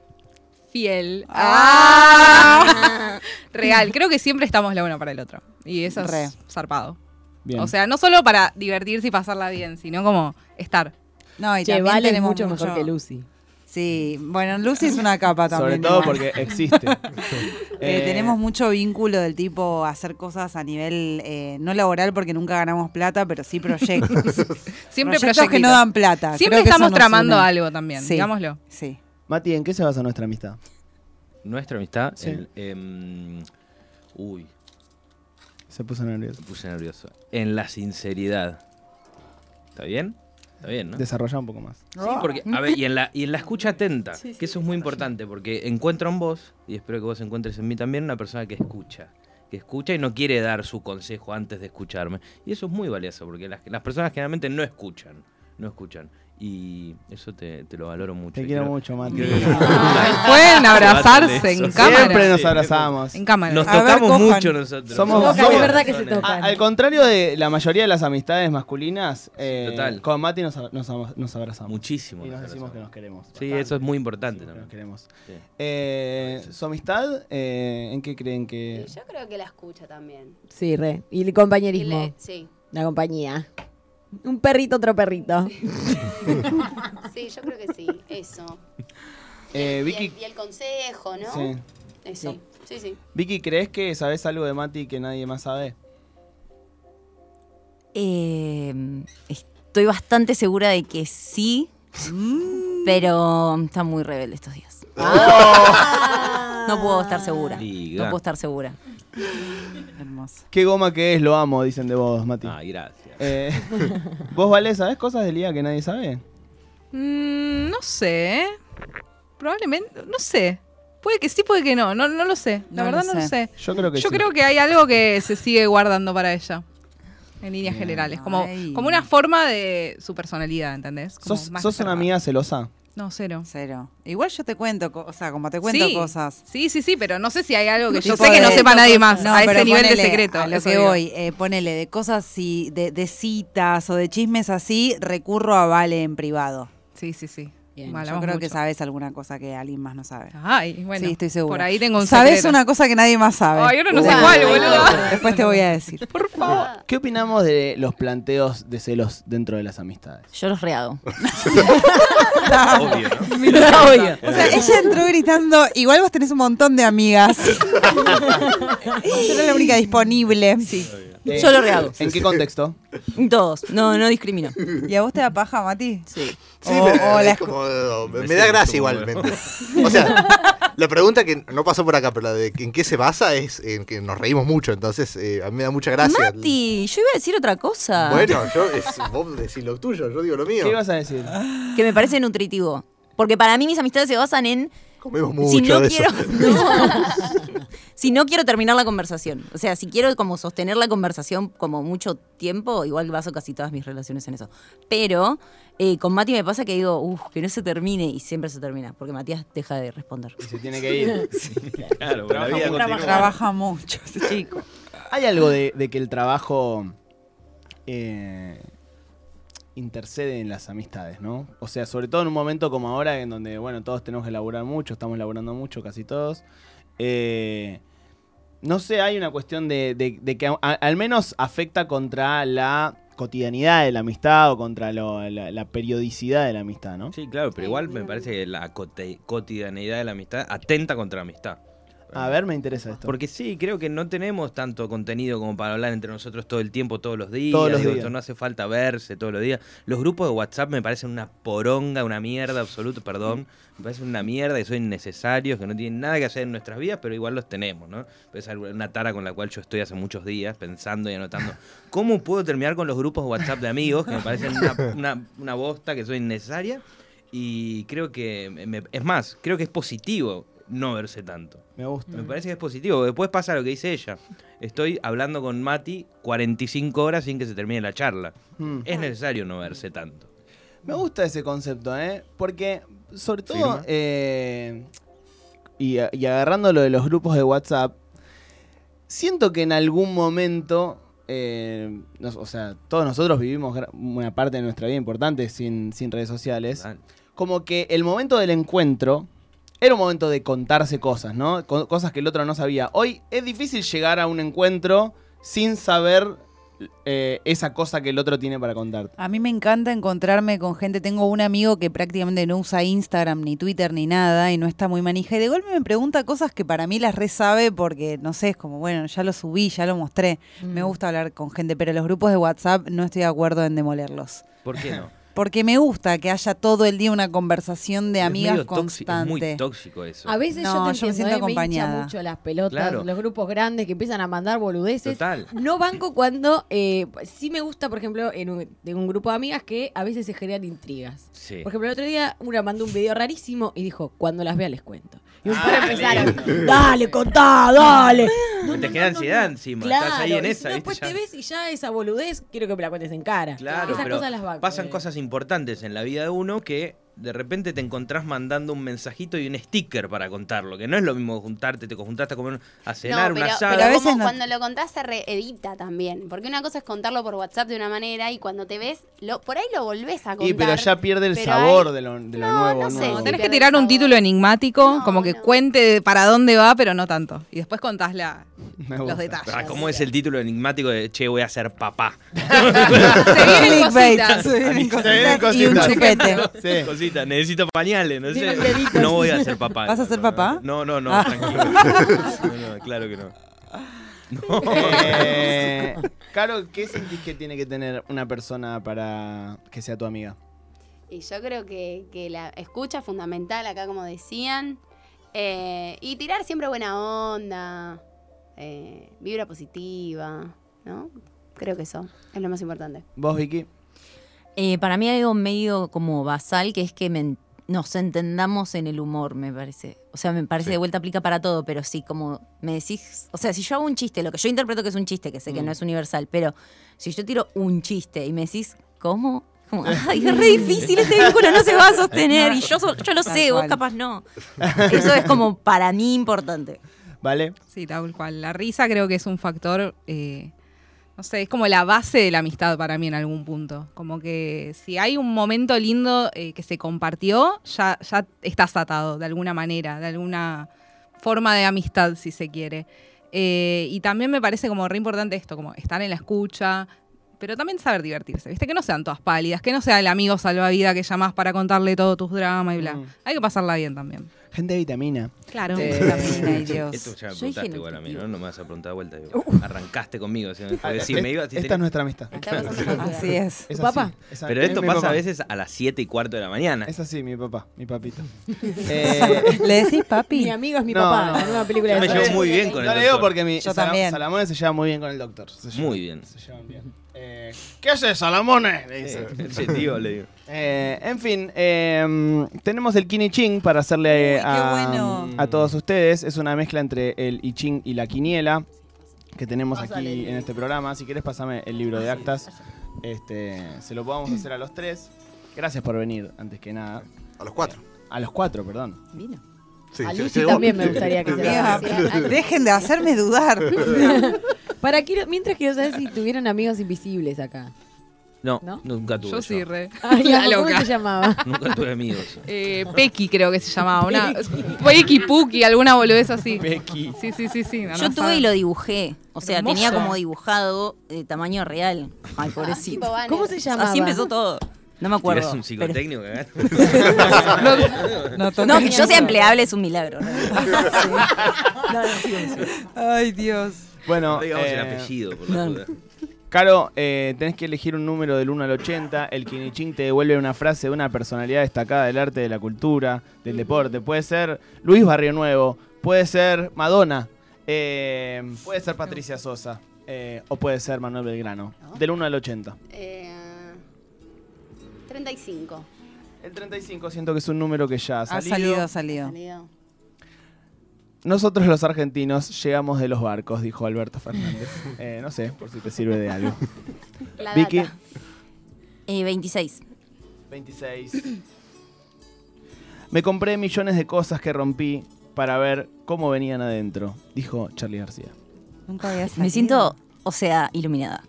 [SPEAKER 8] fiel.
[SPEAKER 5] Ah.
[SPEAKER 8] Real. Creo que siempre estamos la una para el otro. Y eso
[SPEAKER 5] Re.
[SPEAKER 8] es zarpado.
[SPEAKER 1] Bien.
[SPEAKER 8] O sea, no solo para divertirse y pasarla bien, sino como estar.
[SPEAKER 5] No, y
[SPEAKER 9] Che,
[SPEAKER 5] también
[SPEAKER 9] vale es
[SPEAKER 5] tenemos
[SPEAKER 9] mucho mejor que Lucy.
[SPEAKER 5] Sí, bueno, Lucy es una capa
[SPEAKER 1] Sobre
[SPEAKER 5] también.
[SPEAKER 1] todo
[SPEAKER 5] igual.
[SPEAKER 1] porque existe.
[SPEAKER 5] Eh,
[SPEAKER 1] Eh,
[SPEAKER 5] tenemos mucho vínculo del tipo hacer cosas a nivel eh, no laboral porque nunca ganamos plata, pero sí proyectos.
[SPEAKER 8] Siempre
[SPEAKER 5] proyectos que no
[SPEAKER 8] proyectitos.
[SPEAKER 5] dan plata.
[SPEAKER 8] Siempre
[SPEAKER 5] Creo que eso
[SPEAKER 8] estamos
[SPEAKER 5] nos
[SPEAKER 8] tramando
[SPEAKER 5] une.
[SPEAKER 8] algo también,
[SPEAKER 5] Sí.
[SPEAKER 8] digámoslo.
[SPEAKER 5] Sí.
[SPEAKER 1] Mati, ¿en qué se basa nuestra amistad?
[SPEAKER 7] Nuestra amistad.
[SPEAKER 1] Sí.
[SPEAKER 7] el, em, uy,
[SPEAKER 1] Se puso nervioso.
[SPEAKER 7] me puse nervioso. En la sinceridad. ¿Está bien? ¿Está bien, no?
[SPEAKER 1] Desarrolla un poco más.
[SPEAKER 7] Sí, porque, a ver, y en la, y en la escucha atenta, que eso es muy importante, porque encuentro en vos, y espero que vos encuentres en mí también, una persona que escucha, que escucha y no quiere dar su consejo antes de escucharme. Y eso es muy valioso, porque las, las personas generalmente no escuchan, no escuchan. Y eso te, te lo valoro mucho.
[SPEAKER 1] Te
[SPEAKER 7] Y
[SPEAKER 1] quiero
[SPEAKER 7] creo-
[SPEAKER 1] mucho, Mati.
[SPEAKER 7] creo que-
[SPEAKER 8] Pueden abrazarse
[SPEAKER 7] Debátale
[SPEAKER 8] en
[SPEAKER 7] eso.
[SPEAKER 8] cámara.
[SPEAKER 1] Siempre nos
[SPEAKER 7] Sí,
[SPEAKER 1] abrazamos.
[SPEAKER 8] En cámara.
[SPEAKER 7] Nos
[SPEAKER 5] A ver,
[SPEAKER 7] tocamos
[SPEAKER 5] cojan.
[SPEAKER 7] mucho nosotros.
[SPEAKER 1] Somos-
[SPEAKER 9] Tocan,
[SPEAKER 1] somos-
[SPEAKER 9] es verdad que se
[SPEAKER 7] personas.
[SPEAKER 1] A-
[SPEAKER 9] tocan.
[SPEAKER 1] al contrario de la mayoría de las amistades masculinas, eh,
[SPEAKER 7] total.
[SPEAKER 1] con Mati nos, ab- nos ab- nos abrazamos.
[SPEAKER 7] Muchísimo.
[SPEAKER 1] Y nos
[SPEAKER 7] nos
[SPEAKER 1] decimos que nos
[SPEAKER 7] abrazamos.
[SPEAKER 1] queremos.
[SPEAKER 7] Sí,
[SPEAKER 1] Bastante.
[SPEAKER 7] eso es muy importante
[SPEAKER 1] Decimos que nos
[SPEAKER 7] también.
[SPEAKER 1] queremos.
[SPEAKER 7] Sí.
[SPEAKER 1] Eh, ¿Su amistad? eh, ¿En qué creen que...?
[SPEAKER 6] Y yo creo que la escucha también.
[SPEAKER 9] Sí, re. Y el
[SPEAKER 6] Y le-
[SPEAKER 9] compañerismo.
[SPEAKER 6] sí.
[SPEAKER 9] La compañía. Un perrito, otro perrito.
[SPEAKER 6] Sí, yo creo que sí. Eso.
[SPEAKER 1] Eh,
[SPEAKER 6] Y
[SPEAKER 1] Vicky,
[SPEAKER 6] el, y el consejo, ¿no?
[SPEAKER 1] sí.
[SPEAKER 6] Eso. Sí, sí.
[SPEAKER 1] Vicky, ¿crees que sabes algo de Mati que nadie más sabe?
[SPEAKER 2] Eh, estoy bastante segura de que sí,
[SPEAKER 9] Mm.
[SPEAKER 2] pero está muy rebelde estos días. No puedo estar segura.
[SPEAKER 7] Diga.
[SPEAKER 2] No puedo estar segura.
[SPEAKER 5] Hermoso.
[SPEAKER 1] Qué goma que es, lo amo, dicen de vos, Mati.
[SPEAKER 7] Ah, gracias.
[SPEAKER 1] Eh, ¿Vos, Vale, sabés cosas del día que nadie sabe?
[SPEAKER 8] Mm, no sé. Probablemente. No sé. Puede que sí, puede que no. No, no lo sé. La
[SPEAKER 5] No lo
[SPEAKER 8] verdad no lo sé.
[SPEAKER 1] Yo creo que
[SPEAKER 8] Yo
[SPEAKER 1] sí.
[SPEAKER 8] creo que hay algo que se sigue guardando para ella. En líneas generales. Como,
[SPEAKER 5] Ay.
[SPEAKER 8] como una forma de su personalidad, ¿entendés? Como
[SPEAKER 1] ¿Sos,
[SPEAKER 8] más
[SPEAKER 1] sos una
[SPEAKER 8] reservada.
[SPEAKER 1] amiga celosa?
[SPEAKER 8] No, cero.
[SPEAKER 5] Cero. Igual yo te cuento, co- o sea, como te cuento
[SPEAKER 8] Sí.
[SPEAKER 5] cosas.
[SPEAKER 8] Sí, sí, sí, pero no sé si hay algo que yo
[SPEAKER 5] Tipo
[SPEAKER 8] sé que no
[SPEAKER 5] de-
[SPEAKER 8] sepa nadie más.
[SPEAKER 5] No,
[SPEAKER 8] a ese
[SPEAKER 5] pero
[SPEAKER 8] nivel de
[SPEAKER 5] ponele
[SPEAKER 8] secreto.
[SPEAKER 5] A lo
[SPEAKER 8] eso
[SPEAKER 5] que
[SPEAKER 8] digo.
[SPEAKER 5] voy, eh, ponele de cosas así, de, de citas o de chismes así, recurro a Vale en privado.
[SPEAKER 8] Sí, sí, sí.
[SPEAKER 9] Bien,
[SPEAKER 8] Bueno,
[SPEAKER 5] Yo
[SPEAKER 8] hablamos
[SPEAKER 5] creo que
[SPEAKER 8] mucho.
[SPEAKER 5] sabes alguna cosa que alguien más no sabe.
[SPEAKER 8] Ay, bueno.
[SPEAKER 5] sí, estoy segura.
[SPEAKER 8] Por ahí tengo un
[SPEAKER 5] Sabes
[SPEAKER 8] secreto.
[SPEAKER 5] una cosa que nadie más sabe.
[SPEAKER 8] Ay, ahora no sé
[SPEAKER 5] Bueno,
[SPEAKER 8] cuál,
[SPEAKER 5] bueno,
[SPEAKER 8] boludo.
[SPEAKER 5] Después te voy a decir.
[SPEAKER 8] Por favor.
[SPEAKER 1] ¿Qué opinamos de los planteos de celos dentro de las amistades?
[SPEAKER 2] Yo los rehago.
[SPEAKER 7] Obvio, ¿no?
[SPEAKER 9] Obvio.
[SPEAKER 5] O sea, ella entró gritando, igual vos tenés un montón de amigas. Yo era la única disponible. Sí.
[SPEAKER 1] Eh,
[SPEAKER 2] Yo lo rehago.
[SPEAKER 1] ¿En qué contexto?
[SPEAKER 2] Todos. No, no discrimino.
[SPEAKER 5] ¿Y a vos te da paja, Mati? Sí.
[SPEAKER 3] Sí, me,
[SPEAKER 5] o
[SPEAKER 3] es
[SPEAKER 5] la
[SPEAKER 3] como- me-
[SPEAKER 7] Me
[SPEAKER 3] me da gracia
[SPEAKER 7] siento como-
[SPEAKER 3] igualmente. O sea, la pregunta que no pasó por acá, pero la de en qué se basa es en que nos reímos mucho, entonces eh, a mí me da mucha gracia.
[SPEAKER 2] Mati, yo iba a decir otra cosa.
[SPEAKER 3] Bueno, yo, es- vos decís lo tuyo, yo digo lo mío.
[SPEAKER 1] ¿Qué ibas a decir?
[SPEAKER 2] Que me parece nutritivo. Porque para mí mis amistades se basan en
[SPEAKER 3] Comemos mucho
[SPEAKER 2] si no
[SPEAKER 3] de
[SPEAKER 2] quiero
[SPEAKER 3] eso.
[SPEAKER 2] No. si no quiero terminar la conversación o sea si quiero como sostener la conversación como mucho tiempo igual baso casi todas mis relaciones en eso pero eh, con Mati me pasa que digo uff que no se termine y siempre se termina porque Matías deja de responder
[SPEAKER 1] Y se tiene que ir.
[SPEAKER 7] Claro, la vida
[SPEAKER 1] Trabaja
[SPEAKER 7] continúa.
[SPEAKER 5] Trabaja mucho ese chico.
[SPEAKER 1] ¿Hay algo de, de que el trabajo eh, intercede en las amistades, no? O sea, sobre todo en un momento como ahora, en donde, bueno, todos tenemos que laburar mucho, estamos laburando mucho, casi todos. Eh, no sé, hay una cuestión de, de- de que a- al menos afecta contra la cotidianidad de la amistad o contra lo- la, la periodicidad de la amistad, ¿no?
[SPEAKER 7] Sí, claro, pero igual me parece que la cote- cotidianeidad de la amistad atenta contra la amistad.
[SPEAKER 1] A ver, me interesa esto.
[SPEAKER 7] Porque sí, creo que no tenemos tanto contenido como para hablar entre nosotros todo el tiempo, todos los días.
[SPEAKER 1] Todos los
[SPEAKER 7] Digo,
[SPEAKER 1] días.
[SPEAKER 7] esto no hace falta verse todos los días. Los grupos de WhatsApp me parecen una poronga, una mierda absoluta, perdón. Me parecen una mierda que son innecesarios, que no tienen nada que hacer en nuestras vidas, pero igual los tenemos, ¿no? Es algo- una tara con la cual yo estoy hace muchos días pensando y anotando. ¿Cómo puedo terminar con los grupos de WhatsApp de amigos que me parecen una, una- una bosta, que son innecesarias? Y creo que, me- es más, creo que es positivo no verse tanto.
[SPEAKER 1] Me gusta.
[SPEAKER 7] Me
[SPEAKER 9] Mm.
[SPEAKER 7] parece que es positivo. Después pasa lo que dice ella. Estoy hablando con Mati 45 horas sin que se termine la charla.
[SPEAKER 1] Mm.
[SPEAKER 7] Es necesario no verse tanto.
[SPEAKER 1] Me gusta ese concepto, ¿eh? Porque, sobre todo,
[SPEAKER 3] Firma.
[SPEAKER 1] eh, y, a- y agarrando lo de los grupos de WhatsApp, siento que en algún momento, eh, nos- o sea, todos nosotros vivimos gra- una parte de nuestra vida importante sin, sin redes sociales
[SPEAKER 7] ¿verdad?
[SPEAKER 1] como que el momento del encuentro era un momento de contarse cosas, ¿no? Co- cosas que el otro no sabía. Hoy es difícil llegar a un encuentro sin saber eh, esa cosa que el otro tiene para contarte.
[SPEAKER 5] A mí me encanta encontrarme con gente. Tengo un amigo que prácticamente no usa Instagram, ni Twitter, ni nada, y no está muy manija. Y de golpe me pregunta cosas que para mí las re sabe porque, no sé, es como, bueno, ya lo subí, ya lo mostré. Me
[SPEAKER 8] Mm.
[SPEAKER 5] gusta hablar con gente, pero los grupos de WhatsApp no estoy de acuerdo en demolerlos.
[SPEAKER 7] ¿Por qué no?
[SPEAKER 5] Porque me gusta que haya todo el día una conversación de
[SPEAKER 7] Es
[SPEAKER 5] amigas
[SPEAKER 7] medio tóxico, es
[SPEAKER 5] constante.
[SPEAKER 7] muy tóxico eso.
[SPEAKER 9] A veces
[SPEAKER 5] No, yo
[SPEAKER 9] yo te
[SPEAKER 5] me
[SPEAKER 9] entiendo,
[SPEAKER 5] siento
[SPEAKER 9] eh, me hincha
[SPEAKER 5] acompañada.
[SPEAKER 9] mucho las pelotas,
[SPEAKER 7] Claro.
[SPEAKER 9] los grupos grandes que empiezan a mandar boludeces.
[SPEAKER 7] Total.
[SPEAKER 9] No banco cuando eh, sí me gusta, por ejemplo, en un, de un grupo de amigas que a veces se generan intrigas.
[SPEAKER 7] Sí.
[SPEAKER 9] Por ejemplo, el otro día una mandó un video rarísimo y dijo, cuando las vea les cuento. Y
[SPEAKER 7] Ah,
[SPEAKER 9] para empezaron,
[SPEAKER 7] lindo.
[SPEAKER 9] dale, contá, dale.
[SPEAKER 7] te queda ansiedad encima. Estás ahí en
[SPEAKER 9] y si
[SPEAKER 7] esa,
[SPEAKER 9] no,
[SPEAKER 7] ¿viste?
[SPEAKER 9] después
[SPEAKER 7] Ya-
[SPEAKER 9] te ves y ya esa boludez, quiero que me la cuentes en cara.
[SPEAKER 7] Claro,
[SPEAKER 9] Esas
[SPEAKER 7] pero
[SPEAKER 9] cosas las banco.
[SPEAKER 7] pasan
[SPEAKER 9] eh.
[SPEAKER 7] cosas importantes en la vida de uno que de repente te encontrás mandando un mensajito y un sticker para contarlo, que no es lo mismo juntarte, te juntaste a comer, a cenar,
[SPEAKER 6] no, pero,
[SPEAKER 7] un asado.
[SPEAKER 6] pero
[SPEAKER 5] a veces
[SPEAKER 6] como
[SPEAKER 5] no-
[SPEAKER 6] cuando lo contás se reedita también. Porque una cosa es contarlo por WhatsApp de una manera y cuando te ves, lo, por ahí lo volvés a contar.
[SPEAKER 1] Y pero ya pierde el
[SPEAKER 6] pero
[SPEAKER 1] sabor
[SPEAKER 6] hay-
[SPEAKER 1] de lo, de lo
[SPEAKER 6] No,
[SPEAKER 1] nuevo.
[SPEAKER 6] no sé,
[SPEAKER 1] nuevo.
[SPEAKER 6] si
[SPEAKER 8] Tenés
[SPEAKER 6] Sí,
[SPEAKER 8] que
[SPEAKER 6] pero
[SPEAKER 8] tirar un
[SPEAKER 6] no.
[SPEAKER 8] título enigmático,
[SPEAKER 6] No,
[SPEAKER 8] como que
[SPEAKER 6] no.
[SPEAKER 8] cuente para dónde va, pero no tanto. Y después contás la,
[SPEAKER 1] Me gusta.
[SPEAKER 8] los detalles.
[SPEAKER 7] Ah, ¿Cómo es el título enigmático de Che, voy a ser papá?
[SPEAKER 8] Se vienen
[SPEAKER 5] Clickbait,
[SPEAKER 8] cositas.
[SPEAKER 5] se vienen
[SPEAKER 1] vienen
[SPEAKER 5] cositas y un
[SPEAKER 1] cositas.
[SPEAKER 5] chupete.
[SPEAKER 1] Sí.
[SPEAKER 7] Cosita, necesito pañales, no sé.
[SPEAKER 9] Tienen deditos.
[SPEAKER 7] No voy a ser papá.
[SPEAKER 5] ¿Vas a
[SPEAKER 7] No,
[SPEAKER 5] ser
[SPEAKER 7] no,
[SPEAKER 5] papá?
[SPEAKER 7] No, no, no,
[SPEAKER 5] Ah.
[SPEAKER 7] tranquilo. No, no, claro que no.
[SPEAKER 1] Eh, Caro, ¿qué sentís que tiene que tener una persona para que sea tu amiga?
[SPEAKER 6] Y yo creo que, que la escucha es fundamental acá, como decían. Eh, y tirar siempre buena onda, eh, vibra positiva, ¿no? Creo que eso es lo más importante.
[SPEAKER 1] ¿Vos, Vicky?
[SPEAKER 2] Eh, para mí hay algo medio como basal, que es que me en- nos entendamos en el humor, me parece. O sea, me parece
[SPEAKER 3] Sí.
[SPEAKER 2] de vuelta aplica para todo, pero sí, como me decís, o sea, si yo hago un chiste, lo que yo interpreto que es un chiste, que sé que no es universal, pero si yo tiro un chiste y me decís, ¿cómo? Como, ay, es re difícil, este vínculo no se va a sostener y yo, so- yo lo
[SPEAKER 5] Tal
[SPEAKER 2] sé, vos
[SPEAKER 5] cual.
[SPEAKER 2] capaz no. Eso es como para mí importante.
[SPEAKER 1] ¿Vale?
[SPEAKER 8] Sí, tal cual. La risa creo que es un factor, eh, no sé, es como la base de la amistad para mí en algún punto. Como que si hay un momento lindo eh, que se compartió, ya, ya estás atado de alguna manera, de alguna forma de amistad, si se quiere. Eh, y también me parece como re importante esto, como estar en la escucha, pe- pero también saber divertirse, ¿viste? Que no sean todas pálidas, que no sea el amigo salvavida que llamás para contarle todos tus dramas y bla.
[SPEAKER 1] Mm.
[SPEAKER 8] Hay que pasarla bien también.
[SPEAKER 1] Gente de vitamina.
[SPEAKER 8] Claro.
[SPEAKER 1] Eh,
[SPEAKER 7] Esto ya me
[SPEAKER 2] Yo
[SPEAKER 7] preguntaste
[SPEAKER 2] dije
[SPEAKER 7] igual a mí, ¿no?
[SPEAKER 2] nutritivo.
[SPEAKER 7] No me vas a preguntar de vuelta. digo. Arrancaste conmigo. o sea, porque sí,
[SPEAKER 1] Ah, Es-
[SPEAKER 7] me iba, Ah, si
[SPEAKER 1] Esta
[SPEAKER 7] tenía-
[SPEAKER 1] es nuestra amistad.
[SPEAKER 6] Estaba pasando factura.
[SPEAKER 5] Así es.
[SPEAKER 1] Es
[SPEAKER 9] ¿Tu papá?
[SPEAKER 1] así, es así.
[SPEAKER 7] Pero
[SPEAKER 1] Es
[SPEAKER 7] esto
[SPEAKER 1] mi
[SPEAKER 7] pasa
[SPEAKER 1] papá.
[SPEAKER 7] a veces a las 7 y cuarto de la mañana.
[SPEAKER 1] Es así, mi papá, mi papito. Eh,
[SPEAKER 5] ¿Le decís papi?
[SPEAKER 9] Mi amigo es mi
[SPEAKER 1] No,
[SPEAKER 9] papá,
[SPEAKER 1] no.
[SPEAKER 9] la nueva película de
[SPEAKER 7] Yo me
[SPEAKER 1] Dale,
[SPEAKER 7] llevo
[SPEAKER 9] Sony.
[SPEAKER 7] muy bien con el
[SPEAKER 1] no le digo
[SPEAKER 7] doctor.
[SPEAKER 1] porque mi
[SPEAKER 5] Yo
[SPEAKER 1] Sala-
[SPEAKER 5] también.
[SPEAKER 1] Salamone se lleva muy bien con el doctor. se lleva-
[SPEAKER 7] Muy bien.
[SPEAKER 1] Se llevan bien. Eh, ¿Qué haces, Salamone? Le dice.
[SPEAKER 7] Che, tío, le digo.
[SPEAKER 1] Eh, en fin, eh, tenemos el Kini Ching para hacerle
[SPEAKER 5] Uy, qué
[SPEAKER 1] a, mm,
[SPEAKER 5] bueno.
[SPEAKER 1] a todos ustedes. Es una mezcla entre el I Ching y la quiniela que tenemos aquí en este programa. Si querés, pásame el libro de actas. Este, se lo podamos hacer a los tres. Gracias por venir, antes que nada.
[SPEAKER 3] A los cuatro.
[SPEAKER 1] A los cuatro, perdón.
[SPEAKER 2] Vino.
[SPEAKER 3] Sí,
[SPEAKER 9] A
[SPEAKER 3] sí,
[SPEAKER 9] Lucy
[SPEAKER 3] sí,
[SPEAKER 9] también
[SPEAKER 3] vos.
[SPEAKER 9] me gustaría que se
[SPEAKER 5] Mira,
[SPEAKER 9] la
[SPEAKER 5] pero Dejen de hacerme dudar.
[SPEAKER 9] Para quiero, mientras quiero saber si tuvieron amigos invisibles acá.
[SPEAKER 7] No,
[SPEAKER 9] ¿No?
[SPEAKER 7] nunca tuve.
[SPEAKER 8] Yo sí, re.
[SPEAKER 9] Ay,
[SPEAKER 8] La
[SPEAKER 9] ¿cómo
[SPEAKER 8] loca.
[SPEAKER 9] se llamaba?
[SPEAKER 7] Nunca tuve amigos.
[SPEAKER 8] Eh, Pequi creo que se llamaba. Una, Pequi, Puki, alguna boludez así.
[SPEAKER 1] Pequi.
[SPEAKER 8] Sí, sí, sí, sí. no,
[SPEAKER 2] Yo
[SPEAKER 8] no
[SPEAKER 2] tuve
[SPEAKER 8] sabe.
[SPEAKER 2] y lo dibujé. O sea,
[SPEAKER 8] Hermoso.
[SPEAKER 2] tenía como dibujado de tamaño real. Ay, pobrecito.
[SPEAKER 6] tipo banner.
[SPEAKER 9] ¿Cómo se
[SPEAKER 3] Ah,
[SPEAKER 9] llamaba?
[SPEAKER 2] Así Ah, empezó todo. No me acuerdo.
[SPEAKER 7] ¿Tirás un
[SPEAKER 2] pero-
[SPEAKER 7] psicotécnico? cagá?
[SPEAKER 5] No,
[SPEAKER 2] No, que
[SPEAKER 5] toquen.
[SPEAKER 2] yo sea empleable es un milagro.
[SPEAKER 5] Ay, Dios.
[SPEAKER 1] Bueno,
[SPEAKER 7] No digamos el
[SPEAKER 1] eh,
[SPEAKER 7] apellido, por la duda.
[SPEAKER 1] Caro, eh, tenés que elegir un número del 1 al 80. El Kinichín te devuelve una frase de una personalidad destacada del arte, de la cultura, del deporte. Puede ser Luis Barrio Nuevo, puede ser Madonna, eh, puede ser Patricia Sosa eh, o puede ser Manuel Belgrano. Del 1 al 80.
[SPEAKER 6] Eh, 35.
[SPEAKER 1] El 35 siento que es un número que ya ha
[SPEAKER 5] Ha
[SPEAKER 1] salido.
[SPEAKER 5] salido, ha salido.
[SPEAKER 6] Salido.
[SPEAKER 1] Nosotros los argentinos llegamos de los barcos, dijo Alberto Fernández. Eh, no sé, por si te sirve de algo.
[SPEAKER 6] La
[SPEAKER 1] Vicky,
[SPEAKER 6] data.
[SPEAKER 2] Eh, 26.
[SPEAKER 1] 26. Me compré millones de cosas que rompí para ver cómo venían adentro, dijo Charlie García.
[SPEAKER 5] Nunca había salido.
[SPEAKER 2] Me siento, o sea, iluminada.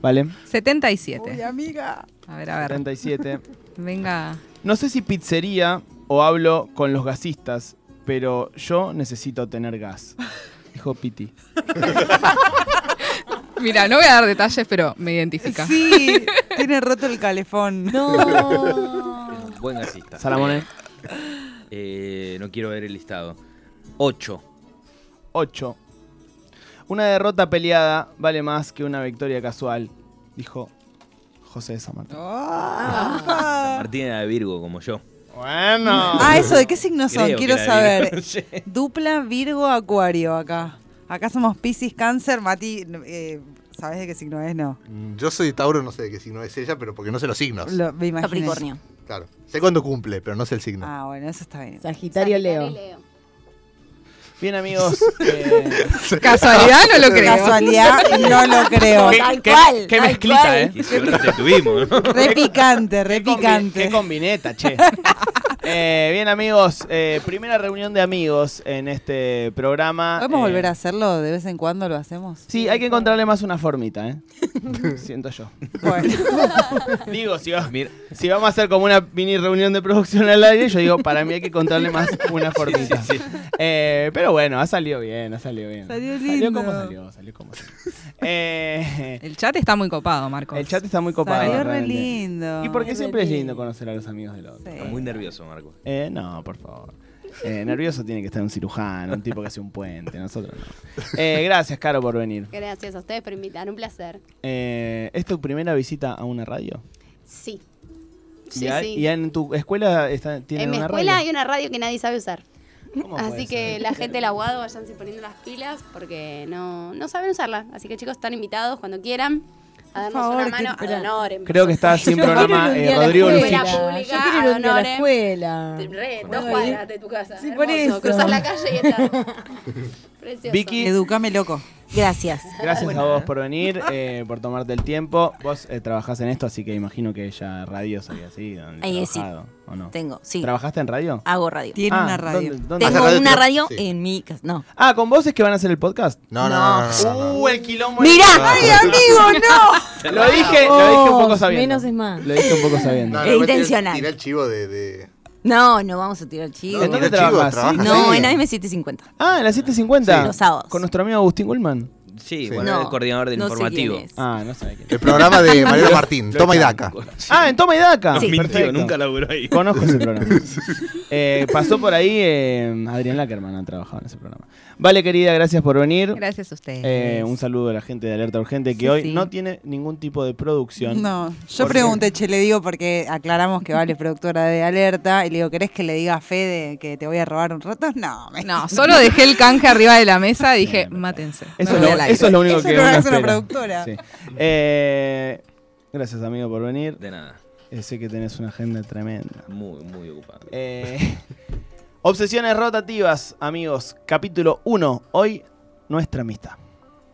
[SPEAKER 1] ¿Vale?
[SPEAKER 8] 77.
[SPEAKER 5] Uy, amiga.
[SPEAKER 8] A ver, a ver.
[SPEAKER 1] 37.
[SPEAKER 8] Venga.
[SPEAKER 1] No sé si pizzería o hablo con los gasistas, pero yo necesito tener gas. Dijo Piti.
[SPEAKER 8] Mira, no voy a dar detalles, pero me identifica.
[SPEAKER 5] Sí, tiene roto el calefón.
[SPEAKER 9] No.
[SPEAKER 7] Es un Buen gasista.
[SPEAKER 1] Salamone.
[SPEAKER 7] Eh, no quiero ver el listado. 8.
[SPEAKER 1] 8. Una derrota peleada vale más que una victoria casual, dijo José de San Martín.
[SPEAKER 5] Ah,
[SPEAKER 7] Martina de Virgo, como yo.
[SPEAKER 1] Bueno.
[SPEAKER 5] Ah, eso, ¿de qué signos son?
[SPEAKER 7] Creo que
[SPEAKER 5] Quiero
[SPEAKER 7] era
[SPEAKER 5] saber.
[SPEAKER 7] Virgo, sí.
[SPEAKER 5] Dupla, Virgo, Acuario acá. Acá somos Piscis, Cáncer, Mati. Eh, ¿Sabes de qué signo es? No.
[SPEAKER 3] Yo soy Tauro, no sé de qué signo es ella, pero porque no sé los signos.
[SPEAKER 5] Lo- me imaginé.
[SPEAKER 2] Capricornio.
[SPEAKER 3] Claro. Sé cuándo cumple, pero no sé el signo.
[SPEAKER 5] Ah, bueno, eso está bien.
[SPEAKER 9] Sagitario Leo.
[SPEAKER 6] Leo.
[SPEAKER 1] Bien amigos. eh,
[SPEAKER 8] ¿Casualidad? No lo creo.
[SPEAKER 5] Casualidad, no lo creo.
[SPEAKER 1] Qué-
[SPEAKER 2] Tal
[SPEAKER 1] qué-
[SPEAKER 2] cual,
[SPEAKER 1] qué
[SPEAKER 2] tal
[SPEAKER 1] mezclita,
[SPEAKER 2] cual.
[SPEAKER 1] ¿eh?
[SPEAKER 7] Y suerte tuvimos, ¿no?
[SPEAKER 5] Re picante, re
[SPEAKER 1] Qué combi- Qué
[SPEAKER 5] picante.
[SPEAKER 1] combineta, che. Eh, bien, amigos. eh, primera reunión de amigos en este programa.
[SPEAKER 5] ¿Podemos
[SPEAKER 1] Eh,
[SPEAKER 5] volver a hacerlo? ¿De vez en cuando lo hacemos?
[SPEAKER 1] Sí, hay que encontrarle más una formita, ¿eh? Siento yo.
[SPEAKER 5] Bueno.
[SPEAKER 1] Digo, si, va-
[SPEAKER 7] Mira,
[SPEAKER 1] si vamos a hacer como una mini reunión de producción al aire, yo digo, para mí hay que encontrarle más una formita.
[SPEAKER 7] sí, sí.
[SPEAKER 1] Eh, pero bueno, ha salido bien, ha salido bien.
[SPEAKER 5] Salió
[SPEAKER 1] Salió como
[SPEAKER 5] lindo.
[SPEAKER 1] salió, salió como salió. Eh,
[SPEAKER 8] El chat está muy copado, Marcos.
[SPEAKER 1] el chat está muy copado.
[SPEAKER 5] Salió re
[SPEAKER 1] realmente.
[SPEAKER 5] lindo.
[SPEAKER 1] Y porque
[SPEAKER 9] Qué
[SPEAKER 1] siempre es
[SPEAKER 9] divertido.
[SPEAKER 1] lindo conocer a los amigos del otro.
[SPEAKER 5] Sí.
[SPEAKER 7] Está muy nervioso, Marco.
[SPEAKER 1] Eh, no, por favor. Eh, nervioso tiene que estar un cirujano, un tipo que hace un puente, nosotros no. Eh, gracias, Caro, por venir.
[SPEAKER 6] Gracias a ustedes por invitar, un placer.
[SPEAKER 1] Eh, ¿Es tu primera visita a una radio?
[SPEAKER 6] Sí.
[SPEAKER 1] ¿Y,
[SPEAKER 6] Sí,
[SPEAKER 1] a-
[SPEAKER 6] sí.
[SPEAKER 1] y en tu escuela está, tienen
[SPEAKER 6] en mi
[SPEAKER 1] una
[SPEAKER 6] escuela hay
[SPEAKER 1] radio?
[SPEAKER 6] una radio que nadie sabe usar.
[SPEAKER 1] ¿Cómo puede
[SPEAKER 6] Así que
[SPEAKER 1] ser?
[SPEAKER 6] la gente del aguado váyanse poniendo las pilas porque no, no saben usarla. Así que chicos, están invitados cuando quieran a darnos
[SPEAKER 5] favor,
[SPEAKER 6] una mano.
[SPEAKER 5] qué-
[SPEAKER 6] A Donoren. por
[SPEAKER 1] Creo que está sin
[SPEAKER 9] Yo quiero ir
[SPEAKER 1] programa
[SPEAKER 9] un
[SPEAKER 1] eh,
[SPEAKER 9] día a la
[SPEAKER 1] Rodrigo
[SPEAKER 9] escuela.
[SPEAKER 1] Lucich.
[SPEAKER 6] Lucich.
[SPEAKER 9] Yo quiero ir un día a la
[SPEAKER 6] Honoren.
[SPEAKER 9] escuela.
[SPEAKER 6] Re, dos
[SPEAKER 9] Bueno,
[SPEAKER 6] cuadras de tu casa.
[SPEAKER 5] sí,
[SPEAKER 6] Sí,
[SPEAKER 5] por eso.
[SPEAKER 6] Cruzas la calle y está. Precioso.
[SPEAKER 1] Vicky.
[SPEAKER 5] Educame loco.
[SPEAKER 2] Gracias.
[SPEAKER 1] Gracias a vos por venir, eh, por tomarte el tiempo. Vos eh, trabajás en esto, así que imagino que ya radio sabía así. donde
[SPEAKER 2] Eh,
[SPEAKER 1] habías
[SPEAKER 2] sí.
[SPEAKER 1] trabajado, ¿o no?
[SPEAKER 2] Tengo, sí.
[SPEAKER 1] ¿Trabajaste en radio?
[SPEAKER 2] Hago radio.
[SPEAKER 5] Tiene
[SPEAKER 1] Ah,
[SPEAKER 5] una radio.
[SPEAKER 1] ¿dónde- dónde?
[SPEAKER 2] Tengo
[SPEAKER 3] radio,
[SPEAKER 2] una
[SPEAKER 3] tío?
[SPEAKER 2] radio
[SPEAKER 3] Sí.
[SPEAKER 2] en mi casa. No.
[SPEAKER 1] Ah, ¿con vos es que van a hacer el podcast?
[SPEAKER 3] No, no, no, no, no, no, no.
[SPEAKER 1] Uh, el quilombo.
[SPEAKER 2] ¡Mirá!
[SPEAKER 5] ¡Ay, amigo, no!
[SPEAKER 1] Lo dije, lo dije un poco
[SPEAKER 9] Vos,
[SPEAKER 1] sabiendo.
[SPEAKER 9] menos es más.
[SPEAKER 1] Lo dije un poco sabiendo.
[SPEAKER 3] No,
[SPEAKER 2] Es
[SPEAKER 3] no, me tiré-
[SPEAKER 2] intencional.
[SPEAKER 3] Tiré el chivo de. de-
[SPEAKER 2] No, no vamos a tirar chivo.
[SPEAKER 1] ¿En
[SPEAKER 3] No,
[SPEAKER 1] dónde
[SPEAKER 3] mira, chicos,
[SPEAKER 1] trabajas?
[SPEAKER 3] trabaja.
[SPEAKER 2] No,
[SPEAKER 3] Sí.
[SPEAKER 2] en AM750.
[SPEAKER 1] Ah, en las 7.50.
[SPEAKER 2] Sí, los sábados.
[SPEAKER 1] Con nuestro amigo Agustín Gullman.
[SPEAKER 3] Sí.
[SPEAKER 7] Sí, bueno, era
[SPEAKER 2] No,
[SPEAKER 7] el coordinador del
[SPEAKER 2] no sé
[SPEAKER 7] informativo.
[SPEAKER 2] quién es.
[SPEAKER 1] Ah, no sé quién.
[SPEAKER 3] El programa de Mariano Martín,
[SPEAKER 7] Lo
[SPEAKER 3] Toma y
[SPEAKER 7] echaron.
[SPEAKER 3] Daca.
[SPEAKER 1] Ah, en Toma y Daca.
[SPEAKER 7] Nos
[SPEAKER 2] Sí.
[SPEAKER 7] mintió,
[SPEAKER 1] Perfecto.
[SPEAKER 7] nunca laburó ahí.
[SPEAKER 1] Conozco ese programa. Eh, pasó por ahí eh, Adrián Lackerman, ha trabajado en ese programa. Vale, querida, gracias por venir.
[SPEAKER 8] Gracias a ustedes.
[SPEAKER 1] Eh, un saludo a la gente de Alerta Urgente que
[SPEAKER 8] Sí,
[SPEAKER 1] hoy
[SPEAKER 8] sí.
[SPEAKER 1] no tiene ningún tipo de producción.
[SPEAKER 5] No, yo
[SPEAKER 1] Porque-
[SPEAKER 5] pregunté, che, le digo porque aclaramos que Vale es productora de Alerta y le digo, ¿querés que le diga a Fede que te voy a robar un rato? No, me-
[SPEAKER 8] No, solo dejé el canje arriba de la mesa y dije, mátense.
[SPEAKER 1] Eso,
[SPEAKER 8] Me
[SPEAKER 1] es
[SPEAKER 8] voy
[SPEAKER 1] lo,
[SPEAKER 8] al aire.
[SPEAKER 1] eso es lo único
[SPEAKER 5] Eso
[SPEAKER 1] que
[SPEAKER 5] no
[SPEAKER 1] uno
[SPEAKER 5] es una
[SPEAKER 1] espera.
[SPEAKER 5] productora.
[SPEAKER 1] Sí. Eh, gracias, amigo, por venir.
[SPEAKER 7] De nada.
[SPEAKER 1] Eh, Sé que tenés una agenda tremenda.
[SPEAKER 7] Muy, muy ocupado.
[SPEAKER 1] Eh, obsesiones rotativas, amigos. Capítulo 1. Hoy, nuestra amistad.